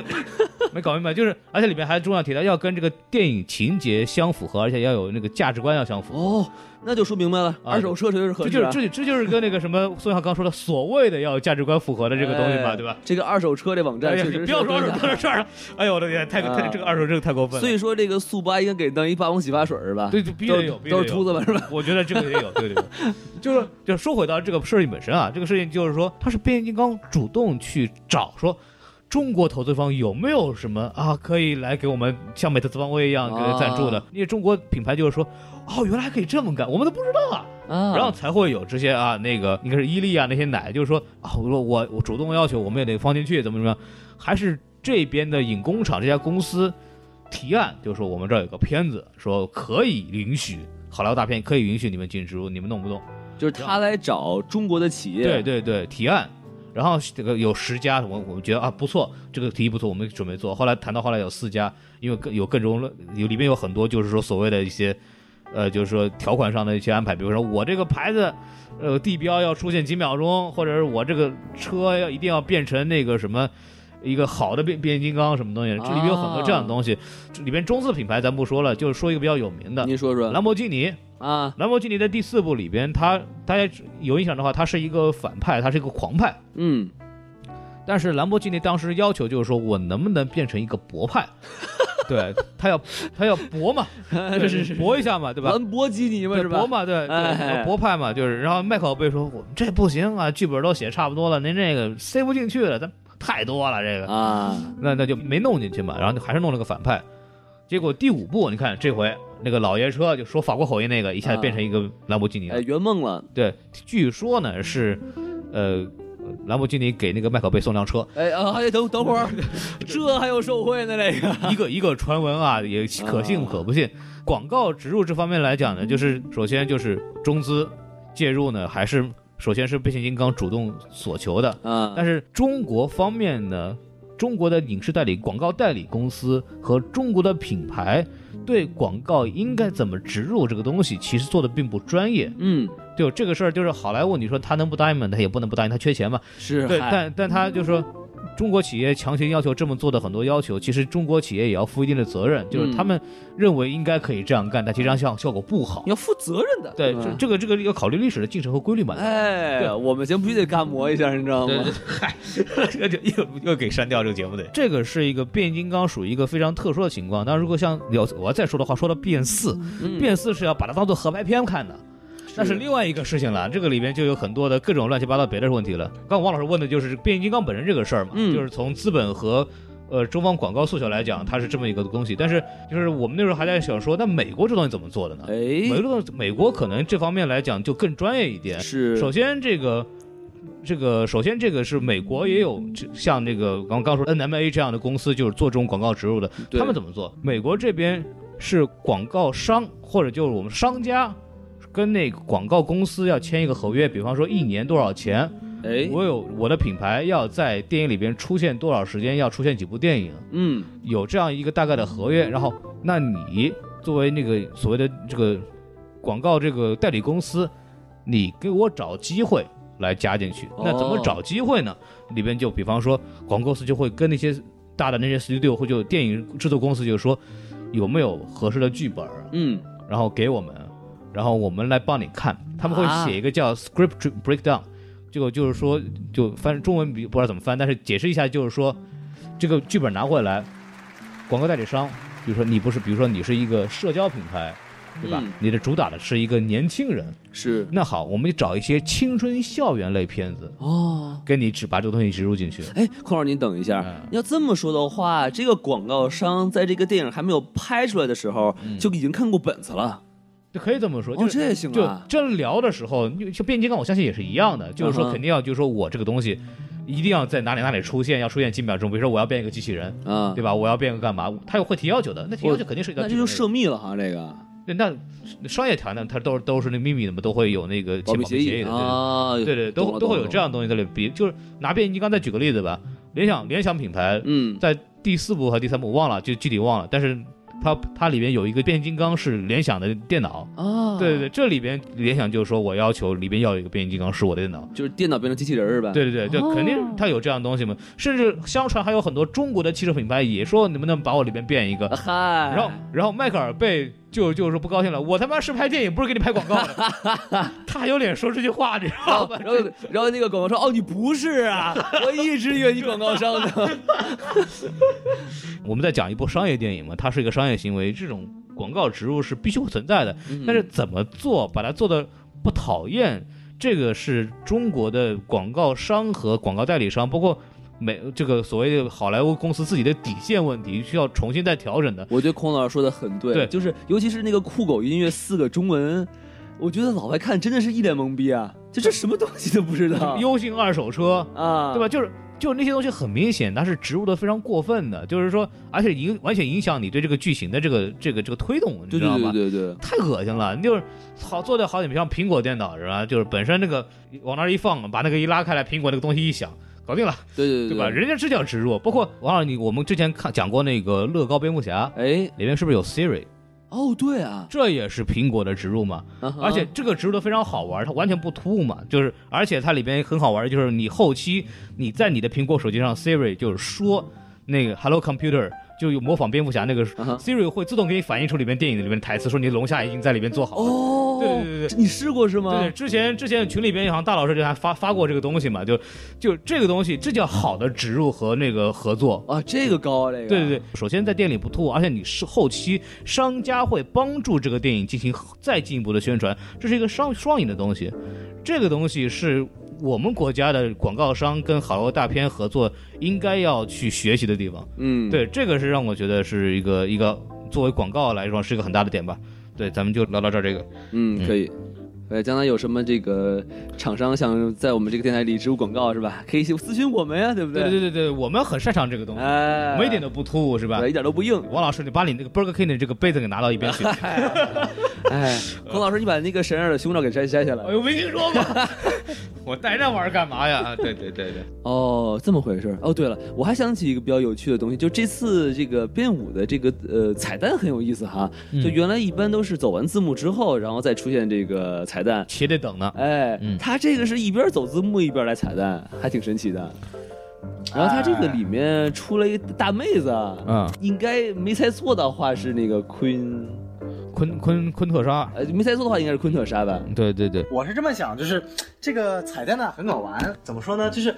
B: 没搞明白，就是而且里面还重要提到要跟这个电影情节相符合，而且要有那个价值观要相符。
C: 哦，那就说明白了，
B: 啊
C: 二手车绝对是合
B: 这
C: 适
B: 就是
C: 的。
B: 这这就是跟那个什么宋小刚说的所谓的要有价值观符合的这个东西嘛，
C: 哎
B: 对吧？？
C: 这个二手车这网
B: 哎
C: 站
B: 呀，
C: 确实
B: 你不
C: 是
B: 要说二手
C: 有
B: 车
C: 点
B: 的事儿了， 哎呦我的天，太太
C: 啊
B: 这个二手这个太过分
C: 大
B: 了。
C: 所以说这个速八应该给当一霸王洗发水是吧？
B: 对，就必须
C: 都
B: 得
C: 是
B: 有，必须
C: 都
B: 得
C: 是
B: 有
C: 秃子吧是吧？
B: 我觉得这个也有，对对对，就是就说回到这个事情本身啊，这个事情就是说，他是变形金刚主动去找说。中国投资方有没有什么啊可以来给我们像美特斯邦威一样给他赞助的？
C: 啊
B: 因为中国品牌就是说，哦，原来还可以这么干，我们都不知 道啊，
C: 啊，
B: 然后才会有这些啊那个你看是伊利啊那些奶，就是说啊，我说我我主动要求，我们也得放进去，怎么怎么样，还是这边的影工厂这家公司提案，就是说我们这儿有个片子，说可以允许好莱坞大片可以允许你们进植入，你们弄不弄？
C: 就是他来找中国的企业，
B: 对对对，提案。然后这个有十家，我我们觉得啊不错，这个提议不错，我们准备做。后来谈到后来有四家，因为更有各种有里面有很多就是说所谓的一些，呃，就是说条款上的一些安排，比如说我这个牌子，呃，地标要出现几秒钟，或者是我这个车要一定要变成那个什么。一个好的变变形金刚什么东西，这里面有很多这样的东西。这里边中字品牌咱不说了，就是说一个比较有名的
C: 您说说
B: 兰博基尼，
C: 啊，
B: 兰博基尼在第四部里边，他大家有印象的话，他是一个反派，他是一个狂派。
C: 嗯，
B: 但是兰博基尼当时要求就是说我能不能变成一个博 派？对他要他要博嘛，
C: 是是 是，
B: 博一下嘛，对吧？
C: 兰博基尼嘛
B: 对
C: 是吧
B: 博？嘛，对
C: 哎
B: 对，博派嘛，就是。然后麦考贝说：“我们这不行啊，剧本都写差不多了，您这个塞不进去了，咱太多了这个。”
C: 啊，
B: 那那就没弄进去嘛，然后就还是弄了个反派。结果第五部，你看这回那个老爷车就说法国口音那个，
C: 啊
B: 一下变成一个兰博基尼了
C: 哎，。圆梦了，
B: 对，据说呢是，呃，兰博基尼给那个麦考贝送辆车，
C: 哎啊，哎等等 会儿，这还有受贿呢这个，
B: 一个一个传闻啊，也可信可不信。广告植入这方面来讲呢，就是首先就是中资介入呢，还是首先是变形金刚主动所求的，
C: 啊，
B: 但是中国方面呢，中国的影视代理、广告代理公司和中国的品牌对广告应该怎么植入这个东西，其实做的并不专业。
C: 嗯，
B: 就这个事儿，就是好莱坞，你说他能不答应吗？他也不能不答应，他缺钱嘛。
C: 是，
B: 对，
C: 嗨
B: 但但他就说，中国企业强行要求这么做的很多要求，其实中国企业也要负一定的责任，就是他们认为应该可以这样干，但其实这样效效果不好
C: 你。要负责任的，
B: 对，
C: 吧
B: 这这个这个要考虑历史的进程和规律嘛。
C: 哎，
B: 对
C: 我们先必须得干磨一下，你知道吗？
B: 对对， 嗨，这就又又给删掉这个节目的。这个是一个变形金刚，属于一个非常特殊的情况。但如果像有我要再说的话，说到变四，
C: 嗯
B: 变四是要把它当做合拍片看的。那是另外一个事情了，这个里面就有很多的各种乱七八糟别的问题了。刚刚王老师问的就是变形金刚本身这个事儿嘛，
C: 嗯
B: 就是从资本和呃中方广告诉求来讲，它是这么一个东西。但是就是我们那时候还在想说，那美国这东西怎么做的呢？美
C: 哎，
B: 国美国可能这方面来讲就更专业一点，
C: 是，
B: 首先这个。这个首先，这个是美国也有这像这个刚刚说 NMA 这样的公司，就是做这种广告植入的。
C: 对
B: 他们怎么做？美国这边是广告商或者就是我们商家跟那个广告公司要签一个合约，比方说一年多少钱，
C: 哎，
B: 我有我的品牌要在电影里边出现多少时间，要出现几部电影，
C: 嗯，
B: 有这样一个大概的合约，然后那你作为那个所谓的这个广告这个代理公司，你给我找机会来加进去。
C: 哦
B: 那怎么找机会呢？里边就比方说广告公司就会跟那些大的那些 studio 或者电影制作公司就说有没有合适的剧本，啊
C: 嗯，
B: 然后给我们，然后我们来帮你看。他们
C: 啊
B: 会写一个叫 script breakdown，这个就是说，就翻中文比不知道怎么翻，但是解释一下就是说，这个剧本拿回来，广告代理商，比如说你不是，比如说你是一个社交品牌，对吧？
C: 嗯
B: 你的主打的是一个年轻人，
C: 是，
B: 那好，我们找一些青春校园类片子，
C: 哦。
B: 跟你只把这个东西植入进去。
C: 哎，孔老师，您等一下。
B: 嗯
C: 要这么说的话，这个广告商在这个电影还没有拍出来的时候，
B: 嗯
C: 就已经看过本子了。
B: 就可以这么说，
C: 哦
B: 就是
C: 这也行
B: 就
C: 啊
B: 正聊的时候，就就变形金刚，我相信也是一样的，就是
C: 嗯哼
B: 说肯定要，就是说我这个东西一定要在哪里哪里出现，要出现几秒钟。比如说我要变一个机器人，
C: 啊，
B: 对吧？我要变个干嘛？他有会提要求的，那提要求肯定是一个
C: 那
B: 基
C: 这
B: 本的，
C: 就涉密了哈，这个。
B: 对，那商业条呢，它都是都是那秘密的嘛，都会有那个
C: 保
B: 签
C: 密
B: 保
C: 协
B: 密协
C: 议
B: 议的，
C: 啊，
B: 对对对，
C: 懂
B: 都
C: 了
B: 都会
C: 懂
B: 有
C: 了
B: 这样的东西在里。比就是拿变形金刚再举个例子吧，联想联想品牌
C: 嗯，
B: 在第四部和第三部我忘了，就具体忘了，但是它它里边有一个变形金刚是联想的电脑。
C: 啊，
B: 对对对，，这里边联想就是说我要求里边要有一个变形金刚是我的电脑，
C: 就是电脑变成机器人儿是吧？
B: 对对对，就肯定
C: 嗯哦
B: 它有这样的东西嘛。甚至相传还有很多中国的汽车品牌也说能不能把我里边变一个
C: 啊，，嗨，
B: 然后然后迈克尔贝就就是不高兴了，我他妈是拍电影，不是给你拍广告的，他还有脸说这句话，你知
C: 然
B: 道
C: 后
B: 吗？
C: 然后然后那个广告商哦，你不是啊，我一直以为你广告商呢。
B: 我们在讲一部商业电影嘛，它是一个商业行为，这种广告植入是必须会存在的， 但
C: 嗯
B: 是怎么做把它做的不讨厌，这个是中国的广告商和广告代理商，包括美这个所谓的好莱坞公司自己的底线问题，需要重新再调整的。
C: 我觉得孔老师说的很对，
B: 对
C: 就是尤其是那个酷狗音乐四个中文，我觉得老外看真的是一脸懵逼啊，就这什么东西都不知道
B: 优信二手车，
C: 啊，
B: 对吧？？就是就是那些东西很明显，它是植入的非常过分的，就是说，而且影完全影响你对这个剧情的这个这个这个推动，你
C: 对
B: 知道
C: 对
B: 吗？
C: 对对对，
B: 太恶心了，就是好做的好点，像苹果电脑是吧？就是本身那个往那儿一放，把那个一拉开来，苹果那个东西一响，搞定了，
C: 对对
B: 对吧？人家这叫植入。包括王老师，你我们之前看讲过那个乐高蝙蝠侠，
C: 哎，
B: 里面是不是有 Siri？
C: 哦对啊，
B: 这也是苹果的植入嘛？
C: 啊哈
B: 而且这个植入的非常好玩，它完全不突兀嘛，就是而且它里边很好玩，就是你后期你在你的苹果手机上 Siri 就是说那个 Hello Computer。就有模仿蝙蝠侠那个
C: 啊哈
B: Siri 会自动给你反映出里面电影里面的台词，说你的龙虾已经在里面做好了。
C: 哦，
B: 对对对对
C: 这你试过是吗
B: 对，？之前之前群里边好像大老师就还发发过这个东西嘛，就就这个东西，这叫好的植入和那个合作。
C: 啊，这个高啊，这个
B: 对对对，首先在店里不吐，而且你是后期商家会帮助这个电影进行再进一步的宣传，这是一个双双赢的东西。这个东西是我们国家的广告商跟好莱坞大片合作应该要去学习的地方。
C: 嗯，
B: 对，这个是让我觉得是一个一个作为广告来说是一个很大的点吧。对，咱们就聊到这儿这个。
C: 嗯，可以。呃，将来有什么这个厂商想在我们这个电台里植入广告是吧？可以私信我们呀，对不
B: 对
C: 对
B: 对对对，我们很擅长这个东西，
C: 哎，
B: 我们一点都不突兀，是吧
C: 对，？一点都 不硬。
B: 王老师，你把你那个 Burger King 的这个杯子给拿到一边去。哎
C: 哎，孔老师，你把那个神儿的胸罩给摘摘下来。
B: 哎呦，没听说过， 我带那玩意儿干嘛呀？啊对对对对，
C: 哦，这么回事儿。哦，对了，我还想起一个比较有趣的东西，就这次这个编舞的这个呃彩蛋很有意思哈。就原来一般都是走完字幕之后，然后再出现这个彩蛋。
B: 且得等呢。
C: 哎，
B: 嗯
C: 他这个是一边走字幕一边来彩蛋，还挺神奇的。然后他这个里面出了一个大妹子，啊
B: 嗯，
C: 应该没猜错的话是那个昆，
B: 昆昆昆特沙，
C: 呃，没猜错的话应该是昆特莎吧？
B: 对对对，
D: 我是这么想，就是这个彩蛋呢很好玩，怎么说呢？就是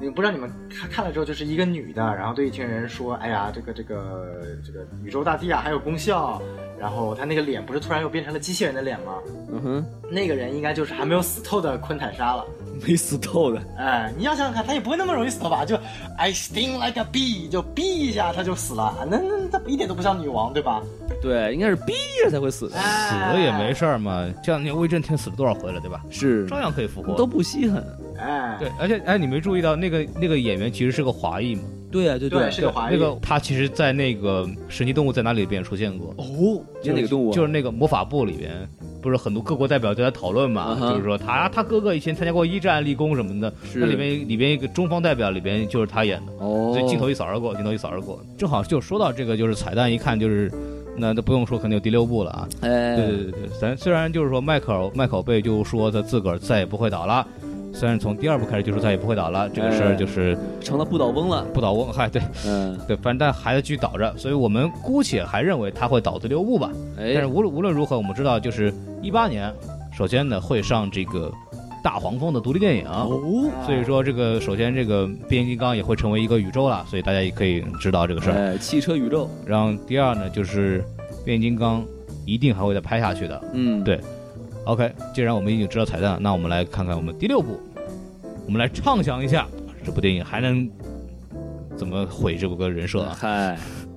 D: 你不知道你们看看了之后，就是一个女的，然后对一群人说：“哎呀，这个这个这个宇宙大帝啊，还有功效。”然后她那个脸不是突然又变成了机器人的脸吗？
C: 嗯哼，
D: 那个人应该就是还没有死透的昆坦莎了。
C: 没死透的。
D: 哎，你要想想看，他也不会那么容易死的吧？就 I sting like a bee，就 b 一下他就死了，那那那一点都不像女王，对吧？
C: 对，应该是逼着才会死的，
D: 哎、
B: 死了也没事儿嘛。这两年威震天死了多少回了，对吧？
C: 是
B: 照样可以复
C: 都
B: 活。
C: 不稀罕。
D: 哎，
B: 对，而且哎，你没注意到那个那个演员其实是个华裔嘛？
C: 对呀、对啊
D: 对，是个华裔。
B: 那个他其实，在那个《神奇动物在哪里》里边出现过。
C: 哦，
B: 就
C: 就是哪个动物啊？
B: 就是那个魔法部里边，不是很多各国代表都在讨论嘛？
C: 嗯哼
B: 就是说他他哥哥以前参加过一战立功什么的，
C: 是
B: 那里面里边一个中方代表里边就是他演的，
C: 哦，
B: 所以镜头一扫而过，镜头一扫而过。正好就说到这个，就是彩蛋，一看就是，那那不用说，肯定有第六部了啊。
C: 哎，
B: 对对对对，咱虽然就是说迈克尔迈克尔贝就说他自个儿再也不会倒了。虽然从第二部开始就说再也不会倒了，这个事
C: 哎
B: 儿就是
C: 成了不倒翁了。
B: 不倒翁，嗨，对
C: 嗯，
B: 对，反正但还在继续倒着，所以我们姑且还认为他会倒第六部吧。但是
C: 哎，
B: 无论无论如何，我们知道就是一八年，首先呢会上这个大黄蜂的独立电影。
C: 哦，
B: 所以说，这个首先，这个变形金刚也会成为一个宇宙了，所以大家也可以知道这个事儿。
C: 哎，汽车宇宙，
B: 然后第二呢，就是变形金刚一定还会再拍下去的。
C: 嗯，
B: 对 OK，既然我们已经知道彩蛋了，那我们来看看我们第六部，我们来畅想一下这部电影还能怎么毁这个人设啊？
C: 嗨，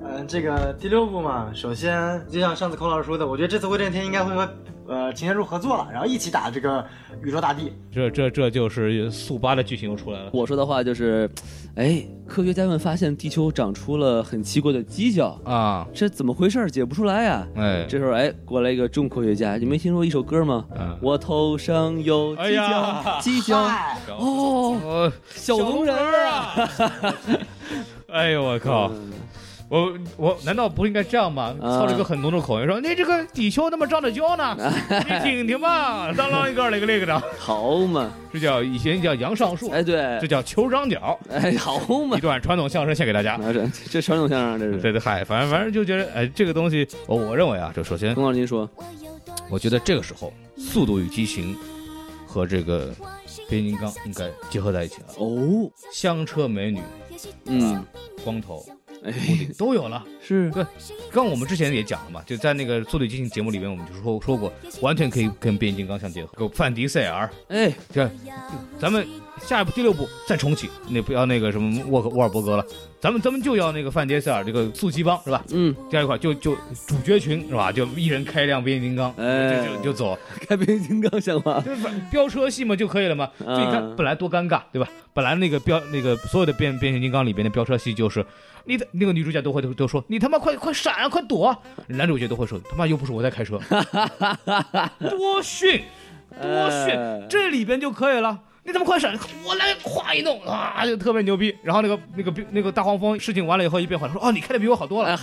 D: 呃嗯，这个第六部嘛，首先就像上次孔老师说的，我觉得这次威震天应该会和呃擎天柱合作了，然后一起打这个宇宙大帝。
B: 这这这就是速八的剧情又出来了。
C: 我说的话就是，哎，科学家们发现地球长出了很奇怪的犄角，
B: 啊，
C: 这怎么回事儿？解不出来呀、
B: 哎，
C: 这时候，哎，过来一个重科学家，你没听说一首歌吗？
B: 嗯
C: 我头上有
B: 哎
C: 犄角，
B: 呀
C: 犄角，
D: 嗨
C: 哦，
B: 呃，
C: 小龙人儿啊！
B: 哎呦我靠！我我难道不应该这样吗？
C: 啊
B: 操着一个很浓的口音说：“你这个地球他妈长得焦呢，你听听吧，当啷一个那个那个的，
C: 好嘛，
B: 这叫以前叫杨上树，
C: 哎对，
B: 哦这叫酋长角，
C: 哎好嘛
B: 一，段传统相声献给大家。
C: 拿着这传统相声这嗯是。
B: 对对，嗨，反正反正就觉得，哎，这个东西，我我认为啊，这首先
C: 冯老师您说，
B: 我觉得这个时候，《速度与激情》和这个《变形金刚》应该结合在一起了。
C: 哦，
B: 香车美女、
C: 嗯，
B: 光头、
C: 哎
B: 秃顶都有了。
C: 是
B: 对，刚我们之前也讲了嘛，就在那个《速度与激情》节目里面，我们就说说过，完全可以跟变形金刚相结合。有范迪塞尔，
C: 哎，
B: 这咱们下一部第六部再重启，那不要那个什么沃克沃尔伯格了，咱们咱们就要那个范迪塞尔这个速七帮是吧？
C: 嗯，
B: 加一块就就主角群是吧？就一人开一辆变形金刚，
C: 哎
B: 就就就走。
C: 开变形金刚像 话，
B: 就是反飙车戏嘛就可以了嘛。
C: 嗯
B: 所以你看，本来多尴尬，对吧？本来那个飙那个所有的变变形金刚里边的飙车戏就是，你的那个女主角都会都说你他妈快快闪啊，快躲啊！男主角都会说他妈又不是我在开车，多逊多逊
C: 哎，
B: 这里边就可以了。你他妈快闪！我来咵一弄啊，就特别牛逼。然后那个那个那个大黄蜂事情完了以后一变换，说哦，你开的比我好多了
C: 啊，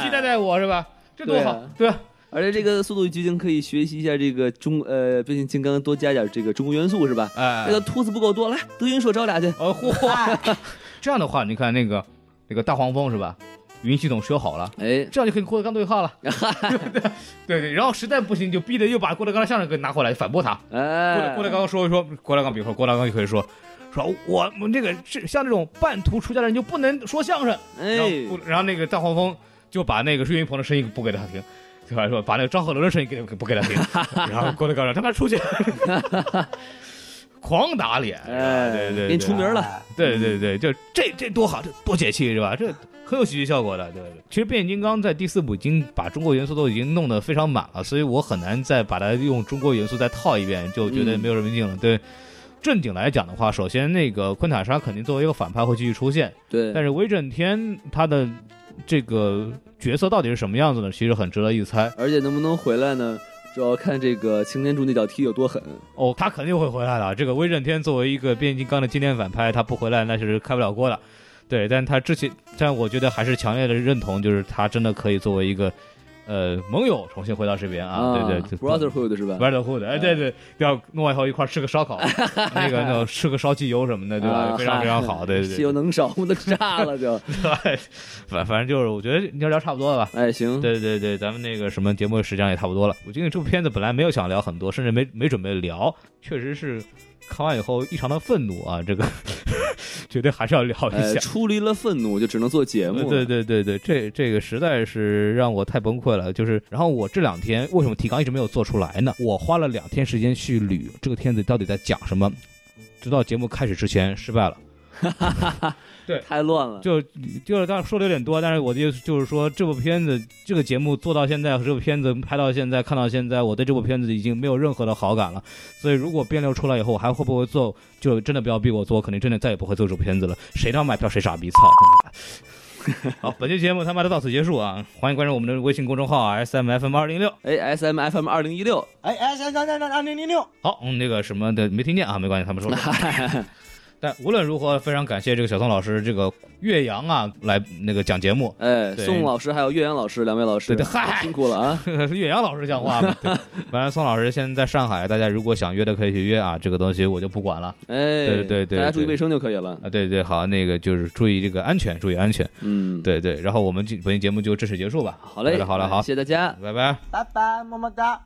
B: 司机带
C: 哈。
B: 带我是吧？这多好，对吧？
C: 而且这个《速度与激情》可以学习一下这个中呃变形金刚，多加点这个中国元素是吧？
B: 哎
C: 那个秃子不够多，来德云社招俩去。
B: 呃，嚯！ 这样的话，你看那个那个大黄蜂是吧？语音系统修好了，
C: 哎，
B: 这样就可以跟郭德纲对话了。对对，然后实在不行就逼得又把郭德纲的相声给拿回来反驳他。郭德
C: 哎，
B: 郭德纲说一说，郭德纲比如说郭德纲就可以说。说我们这个是像这种半途出家的人就不能说相声，然后
C: 哎，
B: 郭然后那个大黄蜂就把那个岳云鹏的声音不给他听，对吧？说把那个张鹤伦的声音给他不给他 听，然后郭德纲说他妈出去， 狂打脸，是吧
C: 哎
B: 对对对，啊
C: 给你出名了。
B: 对对对，就这这多好，这多解气是吧？这很有喜剧效果的，对对。其实变形金刚在第四部已经把中国元素都已经弄得非常满了，所以我很难再把它用中国元素再套一遍，就觉得
C: 嗯
B: 没有什么劲了。对，正经来讲的话，首先那个昆塔莎肯定作为一个反派会继续出现，
C: 对，
B: 但是威震天他的这个角色到底是什么样子呢？其实很值得一猜。
C: 而且能不能回来呢？主要看这个擎天柱那脚踢有多狠。
B: 哦，他肯定会回来的。这个威震天作为一个变形金刚的经典反派，他不回来那是开不了锅的。对，但他之前，但我觉得还是强烈的认同，就是他真的可以作为一个呃盟友重新回到这边啊。对对就
C: ，Brotherhood 是吧？
B: Brotherhood，哎，对对，要弄完以后一块儿吃个烧 烤，那个那种吃个烧机油什么的，对吧？
C: 啊
B: 非常非常好，对对
C: 汽油
B: 对。
C: 能少不能炸了就。
B: 反反正就是，我觉得要聊差不多了吧。
C: 哎，行，
B: 对对对，咱们那个什么节目时间也差不多了。我觉得这部片子本来没有想聊很多，甚至没没准备聊，确实是看完以后异常的愤怒啊！这个 绝对还是要聊一
C: 哎，
B: 下。
C: 出离了愤怒就只能做节目。
B: 对，对对对，这这个实在是让我太崩溃了。就是，然后我这两天为什么提纲一直没有做出来呢？我花了两天时间去捋这个片子到底在讲什么，直到节目开始之前失败了。
C: 太乱了。
B: 就就是当然说的有点多，但是我就就是说这部片子这个节目做到现在和这部片子拍到现在看到现在，我对这部片子已经没有任何的好感了。所以如果变六出来以后我还会不会做，就真的不要逼我做，我肯定真的再也不会做这部片子了。谁他妈买票谁傻逼，操！好，本期节目他妈的到此结束啊！欢迎关注我们的微信公众号啊 S M F M 二零六。
C: 哎，S M F M 二零一六，
D: 哎哎，行行行行，二零零六，
B: 好，嗯，那个什么的没听见啊，没关系，他们说了。但无论如何，非常感谢这个小宋老师，这个岳阳啊来那个讲节目。
C: 哎，
B: 对
C: 宋老师还有岳阳老师两位老师，
B: 对对嗨
C: 辛苦了啊！
B: 岳阳老师讲话嘛，对反正宋老师现在在上海，大家如果想约的可以去约啊，这个东西我就不管了
C: 哎，
B: 对对对
C: 大家注意
B: 对
C: 卫生就可以了。
B: 啊。对对，好，那个就是注意这个安全，注意安全。
C: 嗯，，
B: 对对，然后我们今本期节目就正式结束吧。
C: 好嘞，哎
B: 好嘞好嘞好
C: 谢谢大家。
B: 拜拜。
D: 拜拜，么么哒。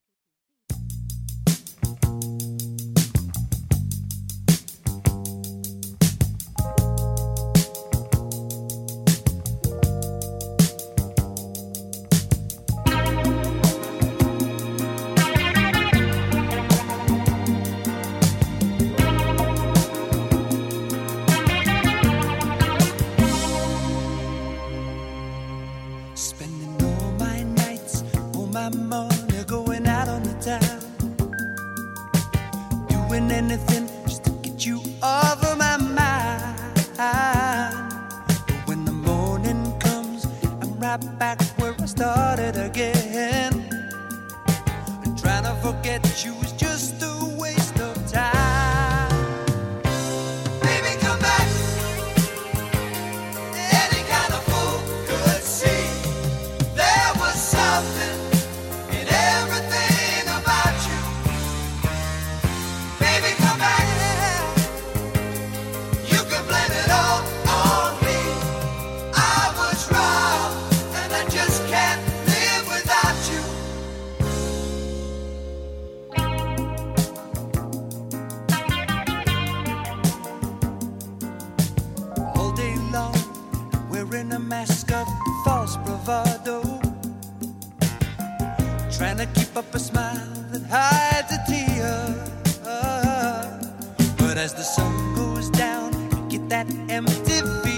E: Spending all my nights, all my money going out on the town. anything just to get you over my mind. But when the morning comes, I'm right back where I started again. And trying to forget you is just a waste of time. Baby, come back. Any kind of fool could see there was something in everything about you. Baby, come back. You can blame it all on me. I was wrong, and I just can't live without you. all day long, wearing a mask of false bravado. Trying to keep up a smile that hides a tear. But as the sun goes down, you get that empty feeling. Oh, Oh,